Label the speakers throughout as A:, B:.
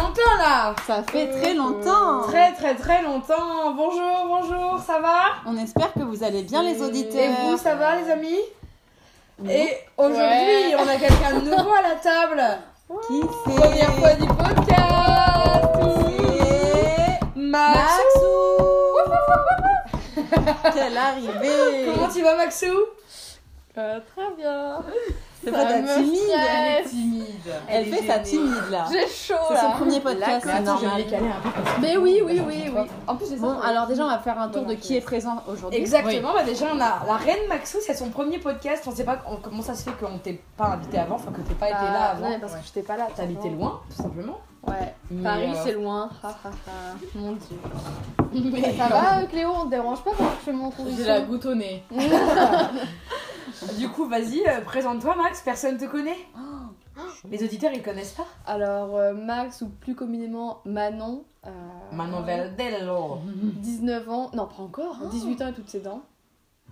A: Waouh
B: Ça fait très longtemps
A: Très très très longtemps Bonjour, bonjour, ça va
B: On espère que vous allez bien les
A: Et
B: auditeurs.
A: vous, ça va les amis
B: Oui.
A: Et aujourd'hui,
C: Ouais.
A: on a quelqu'un de nouveau à la table
B: Qui c'est
A: Première fois du podcast
B: C'est
A: Max
B: Maxou Quelle arrivée
A: Comment tu vas Maxou
C: Euh, très bien.
B: C'est
C: Ça
B: pas ta
C: me
B: timide
C: stresse.
B: elle est-
D: timide.
B: Elle fait sa timide là.
C: J'ai chaud
B: C'est
C: là.
B: son premier podcast, c'est normal.
C: Mais oui, oui, oui, oui. En plus, j'ai
B: Bon, alors déjà on va faire un tour de qui est présent aujourd'hui.
A: Exactement, bah déjà on a la reine Maxou, c'est son premier podcast, on sait pas on- comment ça se fait qu'on t'ait pas invité avant, enfin que t'aies pas été là avant.
C: Ah, Ouais, parce que j'étais pas là.
A: T'habitais
C: avant.
A: loin, tout simplement.
C: Ouais.
A: Mais,
C: Paris,
A: euh,
C: c'est loin. Ha, ha, ha. Mon dieu.
A: Mais
C: Ça va, euh, Cléo On te dérange pas pendant que je fais mon
D: J'ai
C: condition
D: la goutte au nez.
A: Du coup, vas-y, euh, présente-toi, Max. Personne te connaît.
C: Oh.
A: Les auditeurs, ils connaissent pas.
C: Alors, euh, Max, ou plus communément Manon. euh,
A: Manon Verdello.
C: 19 ans. Non, pas encore. 18 ans et toutes ses dents.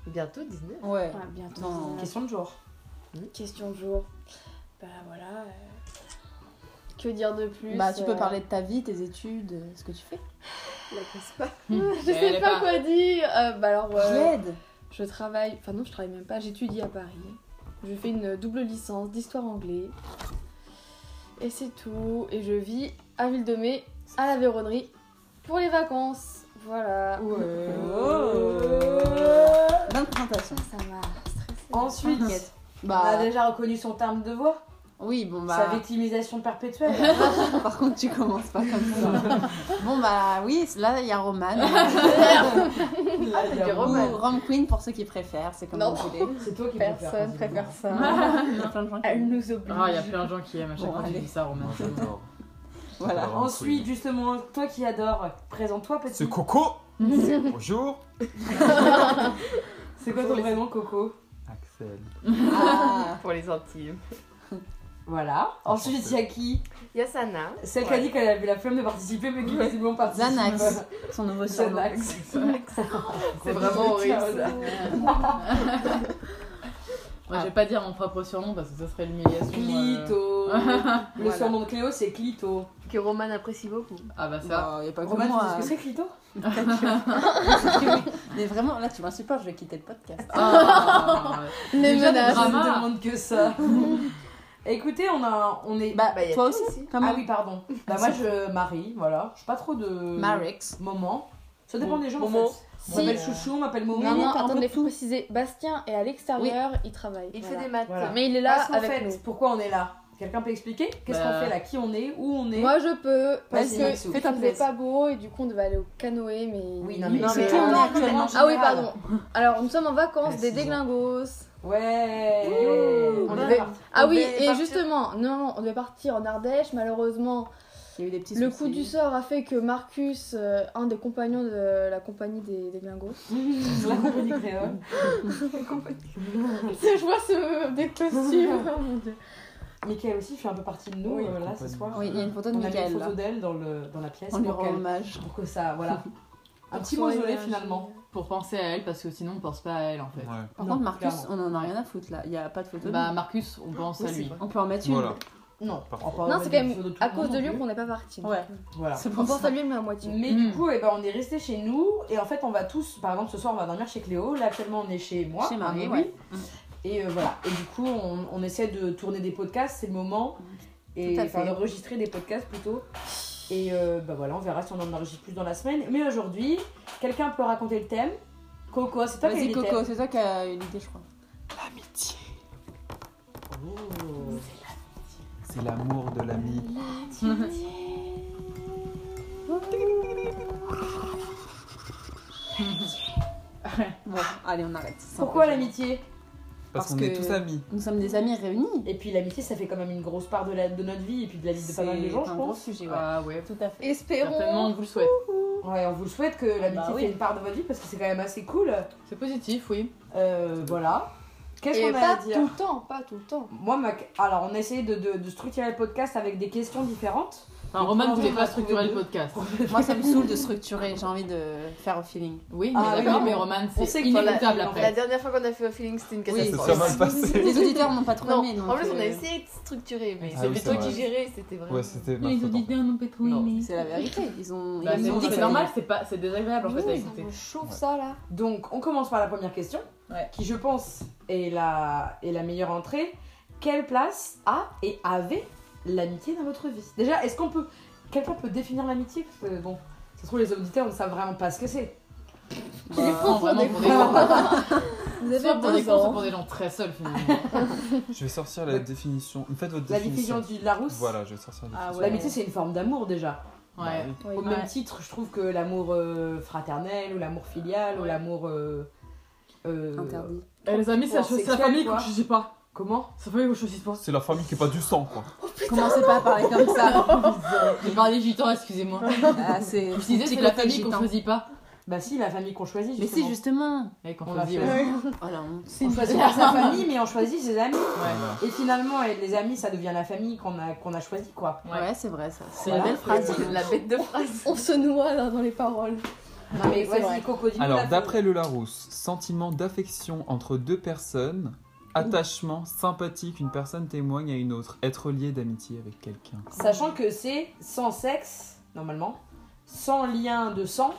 D: Bientôt 19.
B: Ouais.
C: Ouais, bientôt.
B: Non.
C: 19 ans.
A: Question de jour.
C: Question du jour. Bah voilà. euh, Que dire de plus
B: Bah tu
C: euh,
B: peux parler de ta vie, tes études, euh, ce que tu fais.
C: la casse pas.
D: Elle
C: je sais
D: est
C: pas
D: pas.
C: quoi dire. Euh, bah alors,
B: Je
C: euh,
B: l'aide.
C: je travaille. Enfin non, je travaille même pas. J'étudie à Paris. Je fais une double licence d'histoire anglais. Et c'est tout. Et je vis à Ville de Mai, à la Véronnerie, pour les vacances. Voilà.
A: Oh.
B: Bonne présentation.
C: Ça m'a stressée.
A: Ensuite, on a
B: Bah
A: déjà reconnu son terme de voix.
B: oui, bon
A: Sa
B: bah.
A: victimisation perpétuelle.
B: Par contre, tu commences pas comme ça. bon, bah oui, là, il y a Roman.
A: Là, il y a
C: c'est
A: Roman.
B: Ou Rome Queen pour ceux qui préfèrent, c'est comme
C: Non.
B: vous voulez.
A: Oh, C'est toi qui
C: Personne
A: préfères.
C: préfère ça.
B: Il y a plein de gens qui-
C: Elle nous oblige.
D: Ah, il y a plein de gens qui aiment à chaque
B: Bon,
D: fois que
B: allez.
D: tu dis ça, Romain.
B: Voilà.
A: Ensuite, justement, toi qui adores, présente-toi petit.
E: Ce coco Bonjour
A: C'est quoi ton vrai nom, Coco
E: Axel.
B: Ah,
F: Pour les intimes.
A: Voilà. Ensuite, il y a qui
F: Yasana.
A: Celle qui a dit qu'elle avait la flemme de participer, mais qui visiblement participe.
B: Zanax, son nouveau surnom.
A: Zanax.
F: C'est vraiment horrible. ça.
D: Moi, je vais pas dire mon propre surnom parce que ça serait l'humiliation. euh.
A: Clito. Le
F: Voilà.
A: surnom de Cléo, c'est Clito.
F: Que Roman apprécie beaucoup.
D: Ah, bah ça.
B: Non, il n'y a pas que
A: Romain,
B: moi.
A: tu sais ce que c'est Clito
B: Mais vraiment, là, tu m'insupportes, je vais quitter le podcast.
D: Ah.
C: Les
D: Déjà,
C: menaces.
D: drame.
A: ne
D: Drama.
A: demande que ça. Écoutez, on a, on est.
B: Bah,
F: Bah, y a toi
B: toi aussi,
F: aussi.
B: quand même.
A: ah oui, pardon. Bah moi, je marie, voilà. Je suis pas trop de.
B: Euh, Marix.
A: Moment. Ça dépend des gens. en
F: Momo.
A: fait. On
C: Si.
A: m'appelle Chouchou, on m'appelle Momo.
C: Non,
B: Oui,
C: non,
B: t'as un peu
C: attendez,
B: tout.
C: faut préciser. Bastien est à l'extérieur, il travaille.
F: Il
C: Voilà.
F: fait des maths.
A: Voilà.
C: Mais il est là
A: Parce qu'en
C: avec
A: fait,
C: nous.
A: pourquoi on est là Quelqu'un peut expliquer Qu'est-ce
D: Bah.
A: qu'on fait là Qui on est Où on est
C: Moi je peux, parce
A: Vas-y,
C: que
A: Maxou,
C: il
A: fais ta
C: faisait
A: place.
C: pas beau et du coup on devait aller au canoë, mais.
A: Oui, non mais,
B: Non, mais
A: tout le
B: on est
A: monde,
B: actuellement-
A: en
C: Ah oui,
A: général.
C: pardon. Alors nous sommes en vacances
A: Ouais,
C: des
A: six ans.
C: déglingos.
A: Ouais. on
F: bah.
A: est là.
C: Ah oui,
F: devait
C: et
F: partir-
C: justement, non, non, on devait partir en Ardèche. Malheureusement,
B: Il y a eu des petits
C: le
B: soucis.
C: coup du sort a fait que Marcus, euh, un des compagnons de la compagnie des déglingos.
A: La compagnie créole.
C: je vois ce des costumes.
A: Michael aussi fait un peu partie de nous
E: Oui.
A: euh, là ce soir.
B: Oui, il y a une photo de
A: On a mis
B: Michael.
A: une
B: là.
A: photo d'elle dans, le, dans la pièce
B: On lui
A: pour,
B: rend
A: qu'elle-
B: hommage.
A: pour que ça, voilà. Un
C: Pour
A: petit
C: son
A: mausolée
C: hommage.
A: finalement.
D: Pour penser à elle parce que sinon on pense pas à elle en fait.
B: Par
A: Non,
B: contre, Marcus,
A: clairement.
B: on en a rien à foutre là. Il n'y a pas de photo. de
D: Bah,
B: lui.
D: Marcus, on pense à
F: Oui, c'est
D: lui.
F: vrai.
B: On peut en mettre une.
E: Voilà.
A: Non,
E: Parfait.
A: on parle
C: Non,
A: pas
C: c'est
A: des
C: quand même
A: photos de tout
C: à
A: le
C: cause
A: monde
C: de
A: non
C: lui
A: plus.
C: qu'on n'est pas parti.
B: Ouais.
A: Voilà.
B: C'est
C: On
B: pour
C: pense
B: ça.
C: à lui mais à moitié.
A: Mais
D: Mm.
B: Hmm.
A: du coup, eh ben, on est resté chez nous et en fait, on va tous. Par exemple, ce soir, on va dormir chez Cléo. Là, actuellement, on est chez moi.
B: Chez
A: à
B: Marie,
A: Montluy.
B: ouais.
A: Et euh, voilà. Et du coup, on, on essaie de tourner des podcasts. C'est le moment. Et
B: Tout à
A: enfin,
B: fait.
A: d'enregistrer des podcasts plutôt. Et euh, bah voilà, on verra si on en enregistre plus dans la semaine. Mais aujourd'hui, quelqu'un peut raconter le thème. Coco, c'est toi qui as eu
B: Vas-y,
A: le
B: Coco,
A: thème.
B: c'est toi qui as eu l'idée, je crois.
A: Oh.
E: C'est l'amour de l'ami.
B: Bon, allez, on arrête. Sans
A: Pourquoi
B: projet.
A: l'amitié
B: Parce
E: Parce qu'on
B: que-
E: est tous amis.
B: Nous sommes des amis réunis.
A: Et puis l'amitié, ça fait quand même une grosse part de, la, de notre vie et puis de la vie de pas mal de gens, je
B: un gros
A: pense.
B: sujet, ouais.
D: Ah, ouais.
B: Tout à fait.
D: Certainement, on
C: Espérons.
D: vous le souhaite.
A: Ouais, on vous le souhaite que l'amitié
B: bah oui.
A: fait une part de votre vie parce que c'est quand même assez cool.
D: C'est positif, oui.
A: Euh, voilà. Qu'est-ce
C: Et
A: qu'on a à
C: pas
A: dire
C: tout le temps, pas tout le temps.
A: Moi, ma- alors on a essayé de, de- de structurer le podcast avec des questions différentes.
D: Enfin, Roman
A: comment
D: voulait
A: on
D: pas
A: va trouver
D: structurer le
A: deux
D: podcast.
B: Moi, ça me saoule de structurer. J'ai envie de faire au feeling.
D: Oui,
A: Ah,
D: mais
A: oui,
D: d'accord,
A: oui.
D: mais Roman,
F: On
D: c'est
F: sait que toi,
D: inévitable
A: la-
F: La
D: après.
F: dernière fois qu'on a fait au feeling, c'était une
B: Oui,
E: Ça
F: catastrophe.
E: s'est mal passé.
B: Les auditeurs n'ont pas trop
F: Non,
B: aimé. donc,
F: en plus, on a
B: euh,
F: essayé de structurer, mais
E: Ah
F: c'est
E: oui,
F: les
E: c'est
F: toi
E: vrai.
F: qui gérais, c'était vraiment.
E: Ouais, c'était ma
D: Les
E: faute, hein. en fait.
D: auditeurs n'ont pas trop aimé.
B: C'est la vérité. Ils ont.
D: Bah,
B: ils
D: c'est
B: ont dit que
D: c'est
B: ça
D: normal, c'est pas, c'est désagréable en fait à
B: Oui,
D: écouter.
B: on chauffe
E: Ouais.
B: ça là.
A: Donc, on commence par la première question,
D: Ouais.
A: qui je pense est la, est la meilleure entrée. Quelle place a et avait l'amitié dans votre vie Déjà, est-ce qu'on peut. Quelqu'un peut définir l'amitié Parce que, bon, ça se trouve, les auditeurs ne savent vraiment pas ce que c'est.
D: Qui les prend vraiment pour des
C: Vous
D: cons, soit
C: avez
D: pour
C: deux
D: des cons, soit
C: ans.
D: pour des gens très seuls finalement.
E: Je vais sortir la définition. Faites votre
A: La
E: définition.
A: définition du Larousse,
E: Voilà, je vais sortir
D: Ah
E: la définition.
D: ouais.
A: l'amitié, c'est une forme d'amour déjà.
E: Bah
D: Ouais.
E: oui.
C: Oui.
A: Au même titre, je trouve que l'amour euh, fraternel, ou l'amour filial, ou
D: Ouais.
A: l'amour. euh, euh,
B: Interdit.
D: Eh, les amis, c'est la,
A: Pouvoir
D: chose- c'est la
A: sexuel,
D: famille
A: quoi.
D: que je sais pas.
A: Comment
D: C'est la famille que je sais pas.
E: C'est leur famille qui est pas du sang, quoi.
B: Commencez pas à parler comme ça.
D: J'ai parlé gitan, excusez-moi.
B: Ah, c'est.
D: Je disais,
B: petit
D: c'est la
B: côté
D: famille qu'on
B: gitan.
D: choisit pas.
A: Bah, si, la famille qu'on choisit.
B: Mais si,
A: justement.
B: justement.
D: Et qu'on
A: On l'a
D: choisit,
A: fait.
D: ouais.
B: Oh la honte.
A: On choisit pas sa famille, mais on choisit ses amis.
D: Ouais.
A: Et finalement, être les amis, ça devient la famille qu'on a, qu'on a choisie, quoi.
D: Ouais.
B: Ouais, c'est vrai ça.
D: C'est
A: Voilà.
D: la belle phrase.
F: La bête de phrase.
C: On se noie dans dans les paroles.
A: Non, mais
C: C'est vrai.
A: vas-y, Coco, dis-nous la
E: Alors,
A: famille.
E: d'après le Larousse, sentiment d'affection entre deux personnes, attachement sympathique, une personne témoigne à une autre, être lié d'amitié avec quelqu'un.
A: Sachant que c'est sans sexe, normalement, sans lien de sang,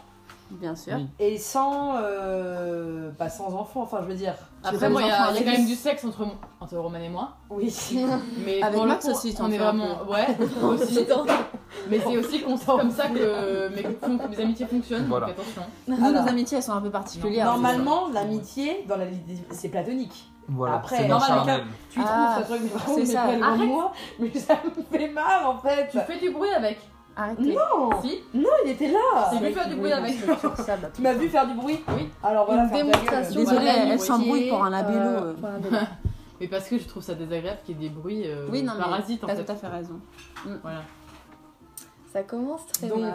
B: Bien sûr.
E: Oui.
A: et sans... euh, bah, sans enfant, enfin, je veux dire.
D: Après, moi, il y
B: enfants,
D: a, il y a
B: c'est
D: quand
B: juste-
D: même du sexe entre, mon- entre Roman et moi.
A: Oui.
D: Mais
B: Avec
D: pour le
B: Max
D: coup,
B: aussi, tu en
D: on est
B: fais un
D: vraiment. Ouais, aussi. mais c'est aussi qu'on- comme ça que mes, fon- mes amitiés fonctionnent.
E: Voilà.
D: Donc attention.
B: Nous, nos amitiés, elles sont un peu particulières.
A: Normalement, l'amitié, dans la... c'est platonique.
E: Voilà,
A: Après,
E: c'est
A: normal,
E: charnel.
A: Tu
B: Ah,
A: trouves ce truc, mais
B: c'est
A: c'est
B: ça.
A: ça. Pas loin de
D: Arrête.
A: moi, mais ça me fait marre, en fait.
D: Tu fais du bruit avec.
B: Arrêtez.
A: Non,
D: Si,
A: il était
B: Ah,
A: là.
D: j'ai vu faire du bruit avec. bah,
A: Tu m'as vu faire du bruit
D: Oui.
A: Alors voilà,
C: Une
A: faire de la gueule.
C: démonstration.
B: Désolée,
D: Voilà,
B: elle
D: oui.
B: s'embrouille pour un labello.
C: Euh,
B: euh.
C: pour un labello.
D: Mais parce que je trouve ça désagréable qu'il y ait des bruits euh,
B: Oui, non, mais
D: parasites en
B: t'as tout
D: fait.
B: à fait raison.
D: Voilà.
C: Ça commence très
A: Donc,
C: mal.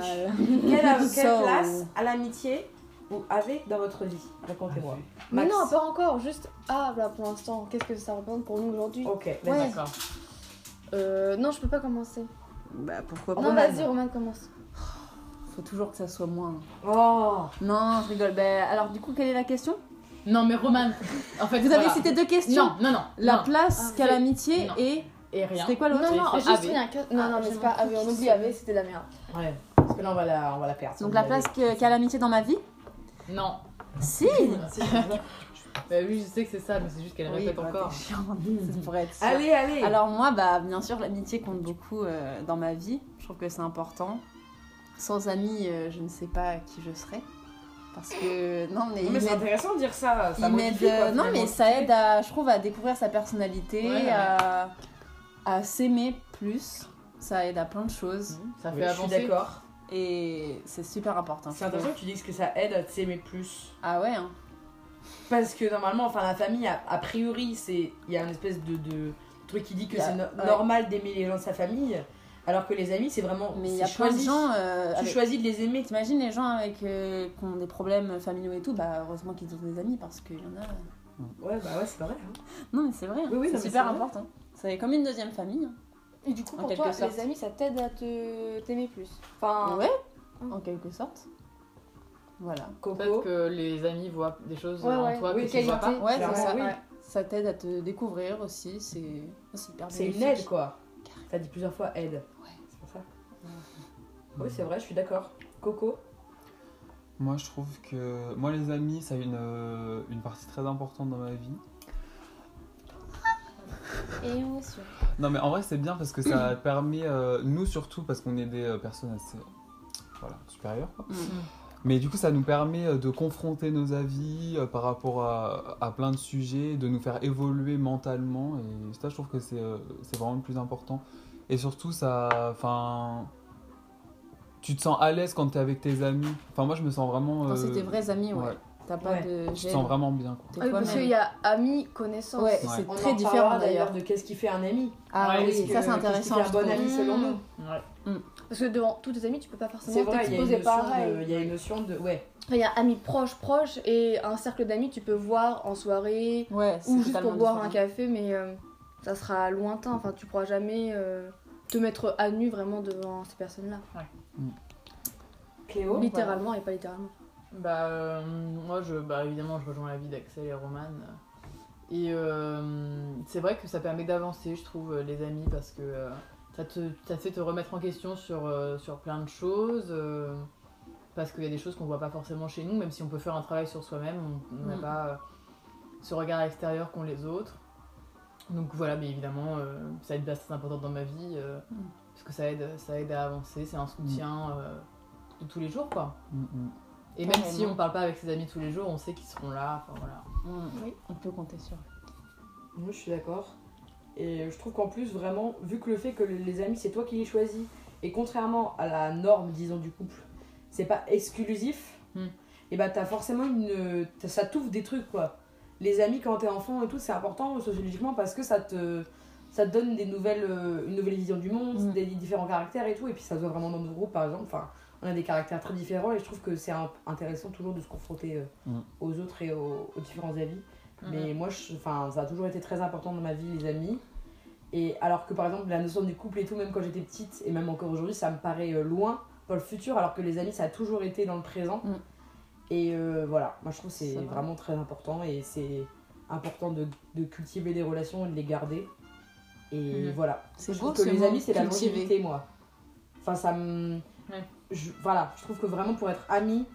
A: Quelle, a- quelle
B: So-
A: place à l'amitié ou avez dans votre vie Racontez-moi.
C: Mais
A: Max.
C: non, pas encore. Juste, ah, voilà, pour l'instant, qu'est-ce que ça représente pour nous aujourd'hui
A: Ok, d'accord.
B: Ouais.
D: D'accord.
C: Euh, non, je peux pas commencer.
B: Bah pourquoi pas.
C: Non, vas-y, Romain, commence.
B: Faut toujours que ça soit moins.
A: Oh,
B: Non, je rigole. Bah, alors du coup, quelle est la question
D: Non, mais Roman, en fait,
B: Vous
D: voilà.
B: avez cité deux questions.
D: Non, non, non.
B: La
D: non.
B: place
C: Ah,
B: qu'a
C: c'est-
B: l'amitié
D: non.
B: et
D: Et rien.
B: c'était quoi l'autre
C: Non, non,
D: c'est
C: juste
D: AB.
C: rien. que- Non,
B: Ah,
C: non, mais
B: j'ai
C: c'est pas
B: mon truc
C: AV, on
B: qui
C: oublie
B: s'est-
C: AV, c'était de la merde.
A: ouais. Parce que là, on va la, on va la perdre.
B: Donc la place que- qu'a l'amitié dans ma vie
D: Non.
B: Si
D: Bah oui, je sais que c'est ça, mais c'est juste qu'elle répète
B: bah,
D: encore.
B: t'es chiante, ça pourrait être ça.
A: Allez, allez.
B: Alors moi, bah, bien sûr, l'amitié compte beaucoup euh, dans ma vie. Je trouve que c'est important. Sans amis, euh, je ne sais pas qui je serais. Parce que non, mais,
A: Non,
B: il
A: mais c'est
B: m'aide-
A: intéressant de dire ça. ça
B: il m'aide,
A: modifie, quoi,
B: euh, non, mais
A: finalement.
B: ça aide, à, je trouve, à découvrir sa personnalité,
D: Ouais, ouais.
B: à, à s'aimer plus. Ça aide à plein de choses.
D: Ça fait
A: Oui, je suis
D: avancer.
A: d'accord.
B: Et c'est super important. je
A: C'est
B: trouve.
A: intéressant que tu dises que ça aide à t'aimer plus.
B: Ah ouais, hein.
A: Parce que normalement, enfin, la famille, a, a priori, c'est il y a une espèce de, de truc qui dit que
B: Il y a-
A: c'est no-
B: ouais.
A: normal d'aimer les gens de sa famille, alors que les amis, c'est vraiment.
B: mais il y
A: c'est
B: a plein de
A: choisi.
B: gens. euh,
A: Tu
B: avec-
A: choisis de les aimer.
B: T'imagines les gens avec euh, qui ont des problèmes familiaux et tout, bah heureusement qu'ils ont des amis parce qu'il y en a. euh.
A: Ouais, bah ouais, c'est pas vrai. hein.
B: Non, mais c'est vrai, hein.
A: Oui, oui, non,
B: c'est
A: mais
B: super
A: c'est vrai.
B: important. C'est comme une deuxième famille, hein,
C: Et du coup,
B: En
C: pour
B: quelque
C: toi,
B: sorte.
C: les amis, ça t'aide à te t'aimer plus. Enfin,
B: Ah Ouais.
C: Mm.
A: Ah.
B: en quelque sorte. Voilà.
A: Coco.
D: Peut-être que les amis voient des choses
C: Ouais,
D: en
C: ouais.
D: toi
A: Oui,
D: que tu vois pas.
C: qualité.
B: Ouais, c'est
A: Clairement,
B: ça.
A: oui.
B: Ça t'aide à te découvrir aussi, c'est ah, c'est hyper
A: C'est une
B: bénéfique.
A: aide, quoi. T'as dit plusieurs fois aide.
B: Ouais.
A: C'est pour ça. Oui, c'est vrai, je suis d'accord. Coco.
E: Moi, je trouve que. Moi, les amis, ça a une, euh, une partie très importante dans ma vie.
C: émotion.
E: Non, mais en vrai, c'est bien parce que ça a permis, euh, nous surtout, parce qu'on est des euh, personnes assez. Voilà, supérieures. quoi.
B: Mm.
E: Mais du coup, ça nous permet euh, de confronter nos avis euh, par rapport à, à plein de sujets, de nous faire évoluer mentalement. Et ça, je trouve que c'est euh, c'est vraiment le plus important. Et surtout, ça. Enfin. Tu te sens à l'aise quand t'es avec tes amis. Enfin, moi, je me sens vraiment.
B: Quand
E: euh,
B: c'est tes vrais amis, ouais.
E: ouais.
B: T'as pas
A: Ouais.
B: de
E: Tu te
B: gêne.
E: sens vraiment bien, quoi.
B: T'es
A: Ah
C: Oui, parce
B: toi-même.
C: qu'il y a amis, connaissances.
B: Ouais,
E: Ouais.
B: c'est
A: On
B: très
A: en
B: différent
A: parlera d'ailleurs
B: d'ailleurs.
A: de qu'est-ce qui fait un ami.
B: Ah
D: Ouais,
B: oui,
A: Qu'est-ce
B: ça
A: que-
B: c'est
A: Qu'est-ce qui
B: intéressant.
A: fait un
B: je
A: bon
B: trouve.
A: ami selon nous.
D: Ouais.
C: Mm. Parce que devant tous tes amis, tu peux pas
A: C'est
C: forcément
A: vrai, il y a une
C: t'exposer
A: notion
C: pareil.
A: de- il y a une notion de. Ouais.
C: Enfin, Il y a amis proches, proches, et un cercle d'amis, tu peux voir en soirée,
B: Ouais, c'est
C: ou juste pour
B: totalement
C: boire un
B: différent.
C: café, mais euh, ça sera lointain. Enfin, tu pourras jamais euh, te mettre à nu vraiment devant ces personnes-là.
A: Oh, Cléo
C: littéralement et pas littéralement.
D: Bah, euh, moi, je, bah, évidemment, je rejoins la vie d'Axel et Roman. Et euh, c'est vrai que ça permet d'avancer, je trouve, les amis, parce que euh, ça, te, ça fait te remettre en question sur, euh, sur plein de choses. euh, parce qu'il y a des choses qu'on voit pas forcément chez nous, même si on peut faire un travail sur soi-même, on on n'a
B: Mm.
D: pas euh, ce regard extérieur qu'ont les autres. Donc voilà, mais évidemment, euh, ça a une place très importante dans ma vie, euh,
B: Mm.
D: parce que ça aide, ça aide à avancer, c'est un soutien euh, de tous les jours, quoi.
E: Mm, mm.
D: Et
B: Ouais,
D: même si
B: non.
D: on parle pas avec ses amis tous les jours, on sait qu'ils seront là. Enfin voilà.
C: Oui.
B: Mm. On peut compter sur eux.
A: Moi, je suis d'accord. Et je trouve qu'en plus, vraiment, vu que le fait que les amis, c'est toi qui les choisis, et contrairement à la norme, disons, du couple, c'est pas exclusif,
D: Hmm.
A: et bah t'as forcément une. t'as- Ça t'ouvre des trucs, quoi. Les amis, quand t'es enfant et tout, c'est important sociologiquement parce que ça te. Ça te donne des nouvelles, euh, une nouvelle vision du monde,
B: Hmm.
A: des différents caractères et tout. Et puis ça se voit vraiment dans nos groupes, par exemple. Enfin, on a des caractères très différents et je trouve que c'est un- intéressant toujours de se confronter euh,
E: Hmm.
A: aux autres et aux- aux différents avis.
B: Mm-hmm.
A: Mais moi, je, enfin, ça a toujours été très important dans ma vie, les amis. Et alors que par exemple, la notion du couple et tout, même quand j'étais petite, et même encore aujourd'hui, ça me paraît euh, loin dans le futur, alors que les amis, ça a toujours été dans le présent.
B: Mm.
A: Et euh, voilà, moi je trouve que
B: C'est
A: c'est
B: vrai.
A: vraiment très important et c'est important de, de cultiver les relations et de les garder. Et
D: Mm.
A: voilà.
B: C'est
A: Je
B: beau
A: trouve que
B: ce
A: les
B: mot,
A: amis, c'est la
B: cultiver.
A: longévité, moi. Enfin, ça me.
D: Ouais.
A: je- voilà, je trouve que vraiment pour être ami,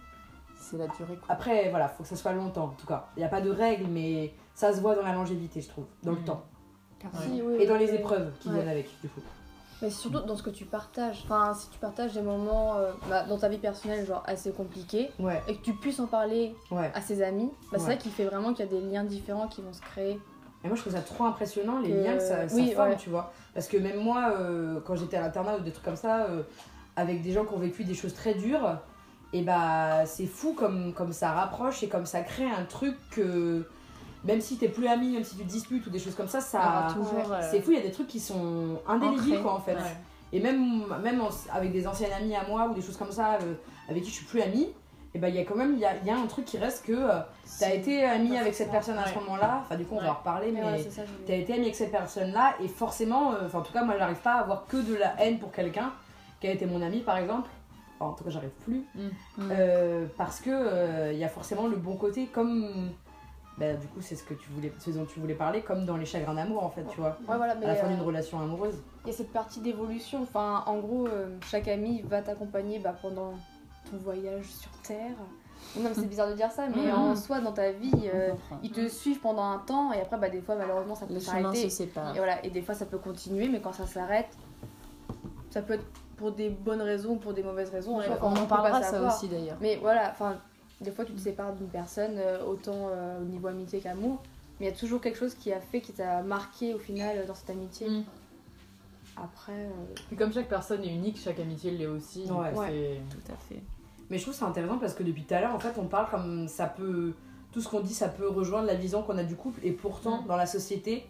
B: C'est la durée. quoi.
A: après, voilà, faut que ça soit longtemps, en tout cas. Il n'y a pas de règle, mais ça se voit dans la longévité, je trouve, dans le
D: Mhm.
A: temps.
D: Ouais.
C: Si, oui,
A: Et dans
C: oui,
A: les
C: oui.
A: épreuves qui
C: Ouais.
A: viennent avec, du coup.
C: Mais c'est surtout dans ce que tu partages. Enfin, si tu partages des moments euh, bah, dans ta vie personnelle, genre assez compliqués,
A: Ouais,
C: et que tu puisses en parler
A: ouais.
C: à ses amis, bah, c'est
A: Ouais.
C: ça qui fait vraiment qu'il y a des liens différents qui vont se créer.
A: Et moi, je trouve ça trop impressionnant, les
C: Que-
A: liens que ça, ça
C: oui,
A: forme,
C: ouais.
A: tu vois. Parce que même moi, euh, quand j'étais à l'internat ou des trucs comme ça, euh, avec des gens qui ont vécu des choses très dures, et bah, c'est fou comme, comme ça rapproche et comme ça crée un truc que. Même si t'es plus ami, même si tu te disputes ou des choses comme ça,
B: Il y aura
A: ça.
B: toujours. euh,
A: C'est fou, il y a des trucs qui sont indélébiles,
B: Ancrés.
A: quoi, en fait.
D: Ouais.
A: Et même, même en- avec des anciennes amies à moi ou des choses comme ça euh, avec qui je suis plus amie, et ben il y a quand même il y a, il y a un truc qui reste que euh, t'as
B: c'est-
A: été amie avec cette personne à ce
D: Ouais.
A: moment-là, enfin du coup on va
D: Ouais.
A: en reparler, mais,
C: Mais voilà, c'est ça, je voulais
A: t'as été amie avec cette personne-là et forcément, euh, enfin en tout cas moi j'arrive pas à avoir que de la haine pour quelqu'un qui a été mon ami par exemple. Enfin, en tout cas j'arrive plus
B: Mm.
A: Euh, parce que euh, il y a forcément le bon côté comme bah, du coup c'est ce que tu voulais ce dont tu voulais parler comme dans les chagrins d'amour en fait tu vois
C: Ouais, voilà, mais
A: à la fin
C: euh,
A: d'une relation amoureuse
C: il y a cette partie d'évolution. Enfin, en gros, euh, chaque ami va t'accompagner bah, pendant ton voyage sur Terre. Non, mais c'est bizarre de dire ça, mais
B: Mhm.
C: en soi, dans ta vie,
B: on
C: euh,
B: comprend.
C: ils te suivent pendant un temps et après, bah, des fois, malheureusement, ça peut
B: Les chemins se
C: s'arrêter.
B: séparent.
C: Et voilà, et des fois ça peut continuer, mais quand ça s'arrête, ça peut être pour des bonnes raisons, pour des mauvaises raisons.
B: Ouais,
C: soit
B: on
C: peut
B: en
C: pas
B: parlera ça
C: savoir.
B: aussi d'ailleurs.
C: Mais voilà, enfin, des fois tu te sépares d'une personne, euh, autant euh, au niveau amitié qu'amour, mais il y a toujours quelque chose qui a fait, qui t'a marqué au final euh, dans cette amitié.
D: Mm.
C: Après, euh,
D: Puis comme chaque personne est unique, chaque amitié l'est aussi. donc
A: Ouais.
D: c'est-
B: Tout à fait.
A: Mais je trouve ça intéressant parce que depuis tout à l'heure, en fait, on parle comme ça peut. Tout ce qu'on dit, ça peut rejoindre la vision qu'on a du couple. Et pourtant, dans la société,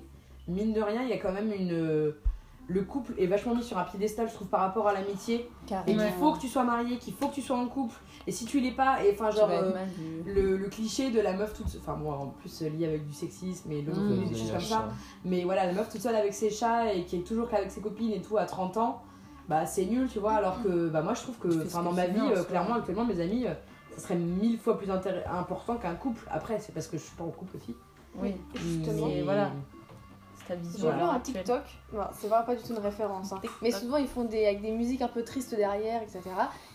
A: mine de rien, il y a quand même une. euh, Le couple est vachement mis sur un piédestal, je trouve, par rapport à l'amitié. Et
B: Carrément.
A: qu'il faut que tu sois marié, qu'il faut que tu sois en couple. Et si tu l'es pas, et enfin,
B: Tu
A: genre.
B: vas être
A: euh,
B: mal vu.
A: le, le cliché de la meuf toute enfin moi en plus euh, lié avec du sexisme et l'homophobie
B: Mmh.
A: des choses comme ça mais voilà la meuf toute seule avec ses chats et qui est toujours qu'avec ses copines et tout à 30 ans bah c'est nul tu vois alors que bah moi je trouve que
B: Tu fais ce
A: enfin,
B: que
A: dans
B: tu
A: ma
B: veux, hein,
A: vie
B: en
A: euh,
B: soi.
A: clairement actuellement mes amis euh, ça serait mille fois plus intér- important qu'un couple après c'est parce que je suis pas en couple aussi
B: Oui,
C: justement.
B: Mais voilà. c'est ta vision.
C: J'ai vu
B: alors
C: un
B: actuelle.
C: TikTok, bon, c'est vraiment pas du tout une référence, hein. mais souvent ils font des, avec des musiques un peu tristes derrière, etc.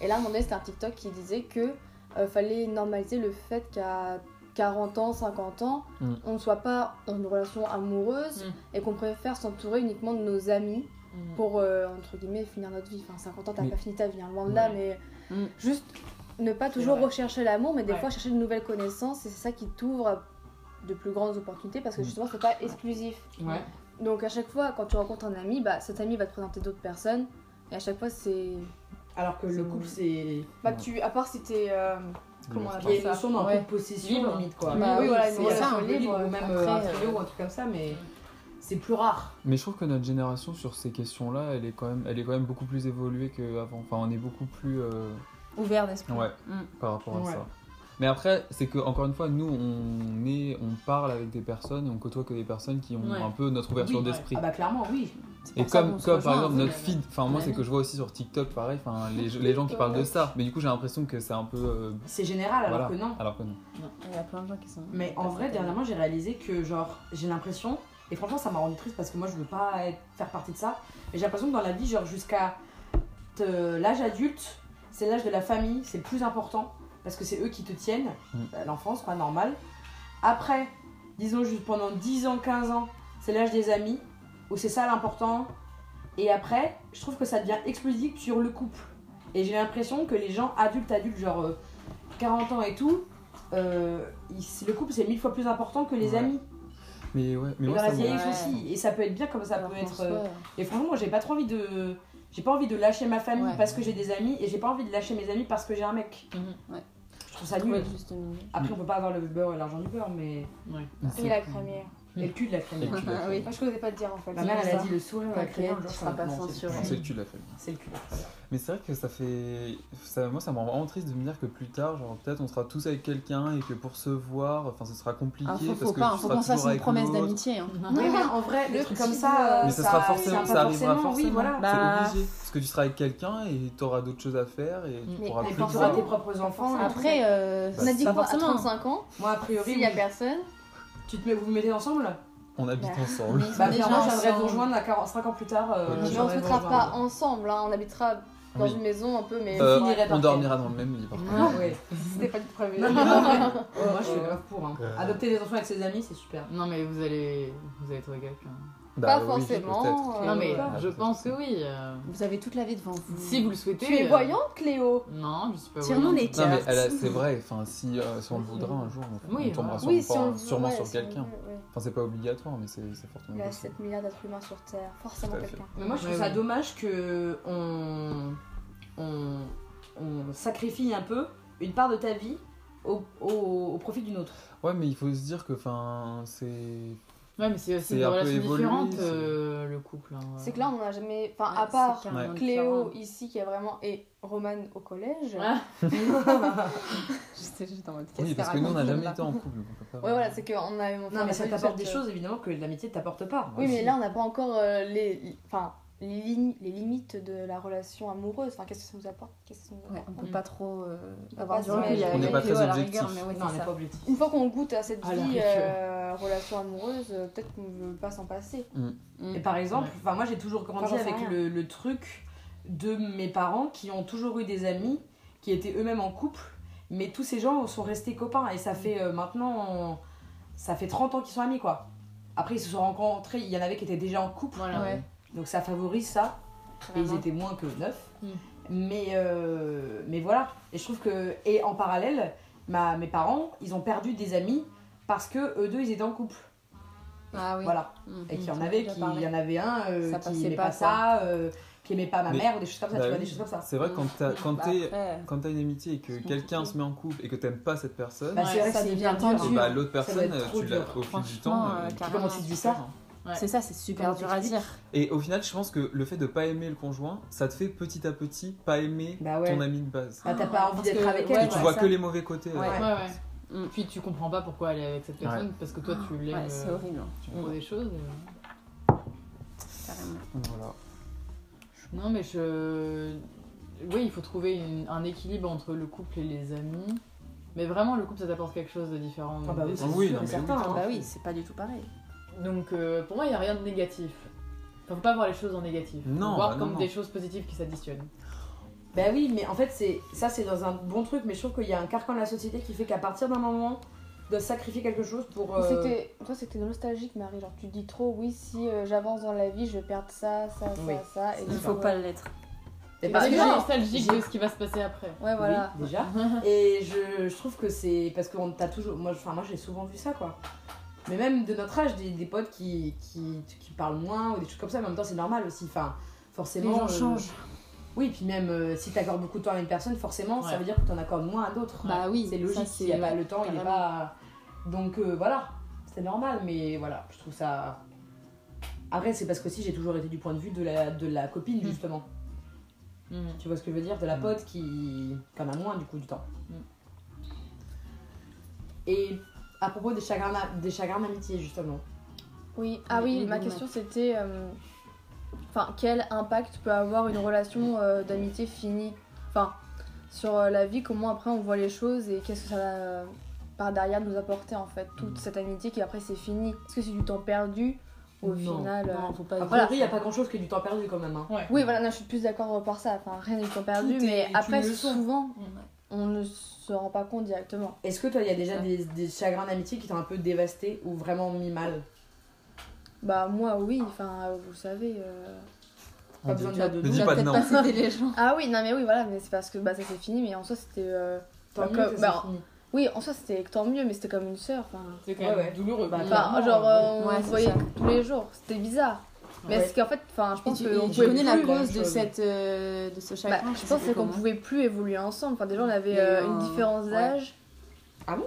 C: Et là, à un moment donné, c'était un TikTok qui disait que euh, fallait normaliser le fait qu'à 40 ans, 50 ans,
E: Mm.
C: on ne soit pas dans une relation amoureuse
D: Mm.
C: et qu'on préfère s'entourer uniquement de nos amis
D: Mhm.
C: pour, euh, entre guillemets, finir notre vie. Enfin, 50 ans, t'as
E: Mais-
C: pas fini ta vie, hein, loin de là, mais
B: Mm.
C: juste ne pas toujours
D: vrai.
C: rechercher l'amour, mais des
D: Ouais.
C: fois chercher de nouvelles connaissances et c'est ça qui t'ouvre de plus grandes opportunités parce que
E: Mm.
C: justement, c'est pas exclusif.
A: ouais
C: Donc à chaque fois, quand tu rencontres un ami, bah, cet ami va te présenter d'autres personnes. Et à chaque fois, c'est...
A: alors que le couple c'est
C: Bah, tu... À part si t'es... euh, comment on
A: il y a
C: appelle
A: une
C: ça
A: notion d'un
B: Ouais.
A: couple possession
D: Libre.
A: limite quoi
B: Bah
C: oui, voilà,
A: c'est
C: une
A: une
C: relation
A: libre,
C: libre,
A: ou même
B: après,
A: euh, un trio
B: euh,
A: ou un truc comme ça mais c'est plus rare
E: Mais je trouve que notre génération sur ces questions-là, elle est quand même, elle est quand même beaucoup plus évoluée qu'avant. Enfin, on est beaucoup plus euh,
B: Ouvert d'esprit.
E: Ouais.
B: Mm.
E: par rapport à
A: Ouais.
E: ça. Mais après, c'est que encore une fois, nous, on est, on parle avec des personnes, et on côtoie que des personnes qui ont
D: Ouais.
E: un peu notre ouverture
D: Oui, ouais.
E: d'esprit.
A: ah bah clairement oui
B: C'est
E: Et
B: pour ça
E: comme,
B: qu'on se
E: comme
B: rejoint,
E: par exemple
B: hein,
E: notre
B: finalement.
E: feed, enfin moi
B: Ouais,
E: c'est
B: oui.
E: que je vois aussi sur TikTok pareil, enfin les, les gens qui parlent de ça, mais du coup j'ai l'impression que c'est un peu euh,
A: C'est général alors
E: voilà,
A: que non.
E: alors que non.
B: Il y a plein de gens qui sont.
A: Mais en vrai, dernièrement, j'ai réalisé que, genre, j'ai l'impression, et franchement, ça m'a rendu triste parce que moi, je veux pas être- faire partie de ça, mais j'ai l'impression que dans la vie, genre, jusqu'à te- l'âge adulte, c'est l'âge de la famille, c'est le plus important parce que c'est eux qui te tiennent,
E: Mm.
A: euh, l'enfance, quoi, normal. Après, disons juste pendant 10 ans, 15 ans, c'est l'âge des amis, où c'est ça l'important. Et après, je trouve que ça devient explosif sur le couple. Et j'ai l'impression que les gens adultes, adultes, genre euh, 40 ans et tout, euh, ils- le couple c'est mille fois plus important que les
E: Ouais.
A: amis.
E: Mais ouais, mais
A: Et
E: moi
A: dans
E: ça
A: la
E: me-
A: vieillesse
B: ouais.
A: aussi. Et ça peut être bien comme ça
B: Alors
A: peut
B: qu'en
A: être.
B: soi,
A: euh, Et franchement, moi j'ai pas trop envie de. J'ai pas envie de lâcher ma famille
B: Ouais.
A: parce que j'ai des amis et j'ai pas envie de lâcher mes amis parce que j'ai un mec.
B: Mhm. Ouais.
A: Je trouve ça
B: trouver
A: nul.
B: le juste milieu.
A: Après, on peut pas avoir le beurre et l'argent du beurre, mais.
F: Et la crémière.
B: Mhm.
A: Et le cul de la crème.
E: Et le cul de la
B: Ah,
E: crème.
B: oui.
F: Moi, je n'osais pas te dire en fait.
A: Ma mère,
F: c'est
A: elle a
F: pour
A: dit le sourire à la crème, genre, ça-
B: pas
E: Non, c'est-
B: censuré.
E: C'est le cul de la crème.
A: C'est le cul.
E: Mais c'est vrai que ça fait. ça- moi, ça me rend vraiment triste de me dire que plus tard, genre, peut-être on sera tous avec quelqu'un et que pour se voir, enfin, ce sera compliqué.
B: Ah, faut,
E: parce
B: faut
E: que
B: pas,
E: tu
B: faut
E: seras
B: qu'on se fasse
E: toujours
B: une
E: avec
B: promesse
E: l'autre.
B: d'amitié. hein.
A: Oui, mais en vrai,
F: Le
A: des trucs comme
F: petit
A: ça.
F: doigt.
A: euh,
E: Mais ça, sera forcément,
A: pas
E: ça arrivera
A: forcément,
E: forcément.
A: Oui, voilà.
B: Bah,
E: C'est obligé. Parce que tu seras avec quelqu'un et tu auras d'autres choses à faire et tu
F: Mais
E: pourras
A: Et
E: plus.
A: puis tu auras tes propres enfants. hein.
F: Forcément.
B: Après, euh,
E: Bah,
F: On a
B: c'est
F: dit
B: pas
F: quoi à
B: forcément.
F: 35 ans
A: Moi, a priori,
F: S'il n'y a
A: oui.
F: personne,
A: tu te mets, vous vous mettez ensemble
E: On habite
F: Bah.
E: ensemble.
A: Bah,
B: déjà
A: clairement, j'aimerais
B: ensemble.
A: vous rejoindre à 45 ans plus tard. euh,
E: Mais
F: mais
E: Ouais,
F: on
A: j'aimerais
F: ne
A: vous
F: sera pas
A: rejoindre.
F: ensemble, hein, on habitera dans
E: Oui.
F: une maison un peu, mais
E: Euh,
F: Ouais,
A: finirait par
E: on
A: terre.
E: dormira dans le même lit. par contre.
A: Ah Ouais.
F: c'était pas du premier.
A: Non, mais non, mais- euh, Moi, je suis grave pour. hein.
E: Euh.
A: Adopter des enfants avec ses amis, c'est super.
D: Non, mais vous allez, vous allez trouver quelqu'un.
E: Bah
F: Pas
E: oui, peut-être.
F: forcément. euh,
D: Non, mais
E: ouais.
D: je pense que oui. euh,
B: Vous avez toute la vie devant vous.
D: Si vous le souhaitez.
F: Tu es
D: euh,
F: voyante, Cléo
D: Non, je suis pas
B: Tire-nous
D: voyante.
B: les
E: Non, mais
B: cartes.
E: elle a- c'est vrai, enfin, si, euh, si on le voudra un jour, on,
D: Oui,
E: on tombera
D: voilà.
E: sûrement,
F: si on le
E: pas-
F: veut,
E: sûrement
F: ouais,
E: sur
F: si on le
E: quelqu'un.
F: veut, ouais.
E: Enfin, c'est pas obligatoire, mais c'est c'est
C: Bah,
E: fortement
F: Il y a
E: possible.
F: 7 milliards d'êtres humains sur Terre, forcément
E: Tout à fait.
F: quelqu'un.
A: Mais moi, je trouve
D: Ouais,
A: ça
D: oui.
A: dommage que on, on, on sacrifie un peu une part de ta vie au, au- au profit d'une autre.
E: Ouais, mais il faut se dire que, enfin, c'est.
D: Ouais, mais c'est
E: C'est
D: aussi une
E: un peu
D: relation
E: évolué,
D: différente,
E: c'est-
D: euh, le couple. hein.
F: C'est que là, on n'a jamais. Enfin, à
A: Ah,
B: Ouais,
F: part
B: c'est carrément
F: Cléo
B: différent.
F: ici qui est vraiment. et Romane au collège.
D: Ah.
B: J'étais juste en mode.
E: Oui,
B: qu'est-ce
E: parce que
B: qu'elle
E: nous, on n'a
B: raconte,
E: jamais
B: là
E: été en couple. donc on peut pas-
F: Ouais, voilà, c'est qu'on a. enfin,
A: Non,
F: on a
A: mais
F: pas
A: ça
F: eu
A: t'apporte
F: cette-
C: euh,
A: des choses évidemment que l'amitié ne t'apporte pas.
F: Oui, mais
A: Aussi.
F: là, on n'a pas encore euh, les. Enfin, les, lignes- les limites de la relation amoureuse. Enfin, qu'est-ce que ça nous apporte Qu'est-ce que ça nous apporte
B: Ouais, on peut
D: Mm.
B: pas trop euh,
F: peut
B: avoir
F: pas
B: du
F: se
B: recul.
F: mettre-
E: On n'est pas très objectif.
B: mais ouais,
A: non, on
B: c'est
A: n'est
B: ça.
A: pas objectif.
F: Une fois qu'on goûte à cette
A: Ah, la
F: vie,
A: rupture.
F: euh, relation amoureuse, euh, peut-être qu'on ne veut pas s'en passer.
A: Et par exemple, enfin, moi j'ai toujours grandi
F: Enfin, j'en sais
A: avec
F: rien.
A: le, le truc de mes parents qui ont toujours eu des amis qui étaient eux-mêmes en couple, mais tous ces gens sont restés copains et ça fait euh, maintenant ça fait 30 ans qu'ils sont amis quoi. Après ils se sont rencontrés, il y en avait qui étaient déjà en couple,
D: Voilà.
E: euh,
B: Ouais.
A: donc ça favorise ça et ils
F: Vraiment.
A: étaient moins que neuf.
D: Mm.
A: Mais euh, mais voilà, et je trouve que et en parallèle, ma, mes parents, ils ont perdu des amis parce que eux deux ils étaient en couple.
B: Ah oui.
A: Voilà.
B: Mm.
A: Et qu'il y
B: On
A: en
B: a
A: avait
B: déjà
A: qui, il
B: parlé.
A: y en avait un euh,
B: Ça
A: qui
B: passait
A: aimait
B: pas,
A: pas ça, euh, qui aimait pas ma
E: Mais-
A: mère ou des choses comme ça,
E: bah
A: tu vois,
E: oui.
A: des choses comme ça.
E: C'est vrai, quand t'as- quand
B: Bah,
E: t'es
B: après,
E: Quand t'as une amitié et que
B: C'est
E: quelqu'un
B: compliqué.
E: se met en couple et que t'aimes pas cette personne,
A: Bah, c'est
D: Ouais,
A: vrai que
B: ça
A: c'est
B: devient
A: hyper
B: tendu.
A: dur.
E: et bah, l'autre
A: Ça doit
E: personne,
A: être trop
E: tu l'as
A: dur.
E: au fil du
B: Franchement,
E: temps.
B: euh,
E: euh,
B: carrément.
A: tu dis ça
D: Ouais.
B: C'est ça, c'est super
A: Comment
B: dur à dire.
A: t'expliques
E: Et au final, je pense que le fait de pas aimer le conjoint, ça te fait petit à petit pas aimer
A: Bah ouais.
E: ton ami de base.
A: Bah, t'as pas envie
B: Parce que-
A: d'être avec
B: ouais, bah,
A: elle.
E: tu
A: quoi.
E: vois
B: ça.
E: que les mauvais côtés. euh,
A: Ouais.
D: Ouais, ouais.
B: Mm.
D: Puis tu comprends pas pourquoi elle est avec cette personne, parce que toi, tu l'aimes.
B: Ouais, c'est
D: euh,
B: horrible.
D: tu prends des choses. euh.
B: Carrément.
E: Voilà.
D: Non, mais je. Oui, il faut trouver une- un équilibre entre le couple et les amis. Mais vraiment, le couple, ça t'apporte quelque chose de différent.
A: Ah bah oui,
D: Des-
A: c'est
E: Ah oui,
A: sûr
E: non,
A: et
E: mais
A: certain.
E: oui,
A: hein.
B: Bah oui, c'est pas du tout pareil.
D: Donc, euh, pour moi, il n'y a rien de négatif. Enfin, faut pas voir les choses en négatif. Faut
E: Non,
D: voir
E: bah non,
D: comme
E: non.
D: des choses positives qui s'additionnent.
A: Bah oui, mais en fait, c'est ça, c'est dans un bon truc, mais je trouve qu'il y a un carcan de la société qui fait qu'à partir d'un moment, tu dois sacrifier quelque chose pour. euh,
F: C'était- Toi, c'était nostalgique, Marie. Genre, tu te dis trop, oui, si euh, j'avance dans la vie, je vais perdre ça, ça,
A: Oui.
F: ça, ça. Et
B: Il
F: du
B: faut
F: coup,
B: pas
F: ouais.
B: l'être.
A: mais
D: Parce
A: par
D: que j'ai
A: exemple,
D: nostalgique de ce qui va se passer après.
F: Ouais, voilà.
A: Oui, déjà. Et je, je trouve que c'est parce qu'on t'a toujours. Moi, je- enfin, moi j'ai souvent vu ça quoi. Mais même de notre âge, des, des potes qui, qui, qui parlent moins ou des trucs comme ça, mais en même temps c'est normal aussi. Enfin, forcément.
B: Les gens
A: euh,
B: changent.
A: Oui, puis même euh, si t'accordes beaucoup de temps à une personne, forcément ça
D: Ouais.
A: veut dire que t'en accordes moins à d'autres.
B: Bah oui,
A: c'est
B: ça,
A: logique,
B: c'est-
A: il y a pas le temps, il est
B: carrément.
A: pas. Donc euh, voilà, c'est normal, mais voilà, je trouve ça. Après, c'est parce que si j'ai toujours été du point de vue de la, de la copine
D: Mm.
A: justement.
D: Mhm.
A: Tu vois ce que je veux dire De la
E: Mm.
A: pote qui, qui en a moins du coup du temps.
D: Mm.
A: Et à propos des chagrins, d'a- des chagrins d'amitié justement.
F: Oui,
B: Ah
F: ah
B: oui,
F: oui, ma
B: oui,
F: question c'était euh,
C: enfin, quel impact peut avoir une relation euh, d'amitié finie Enfin, sur euh, la vie, comment après on voit les choses et qu'est-ce que ça va euh, par derrière nous apporter en fait
B: Mm.
C: Toute cette amitié qui après c'est fini. Est-ce que c'est du temps perdu au
A: Non.
C: final euh,
B: Non, faut pas
A: A
C: Voilà.
A: priori, il n'y a pas grand chose qui est du temps perdu quand même. hein.
C: Oui, voilà, non, je suis plus d'accord par ça. Enfin, rien n'est du temps perdu,
B: Tout
C: mais
B: est
C: après,
B: une leçon.
C: souvent,
B: Ouais.
C: on ne se rend pas compte directement.
A: Est-ce que toi, il y a déjà
B: Ça.
A: des, des chagrins d'amitié qui t'ont un peu dévasté ou vraiment mis mal
C: Bah, moi, oui, enfin, euh, vous le savez. euh,
A: Pas besoin de dire de
E: Ne
A: nom.
E: dis pas de
B: peut-être
E: nom.
B: pas citer les gens.
C: Ah oui, non, mais oui, voilà, mais c'est parce que bah, ça c'est fini, mais en soi, c'était. euh,
A: Tant mieux
C: Bah,
A: que ça
C: bah,
A: soit fini.
C: Oui, en soi, c'était tant mieux, mais c'était comme une sœur. Enfin,
D: C'est quand même
A: Ouais, ouais.
D: douloureux.
A: Bah,
C: Enfin,
D: Vraiment,
C: genre, euh,
D: euh,
C: on
B: Ouais,
C: se
B: c'est
C: voyait
B: ça.
C: tous les jours, c'était bizarre. Mais
A: Ouais.
C: c'est qu'en fait, enfin, je
B: Et
C: pense
B: tu,
C: que
B: et
C: on
B: tu
C: pouvait
B: connais la
C: plus-
B: cause de,
A: grand-chose.
B: cette, euh, de ce
C: Bah,
B: chagrin
C: je pense
B: sais
C: c'est
B: plus
C: qu'on
B: comment.
C: pouvait plus évoluer ensemble. Enfin, déjà, on
B: Il
C: avait
B: y a eu
C: euh, une
B: un-
C: différence
B: ouais. Ah
C: d'âge.
F: Bah,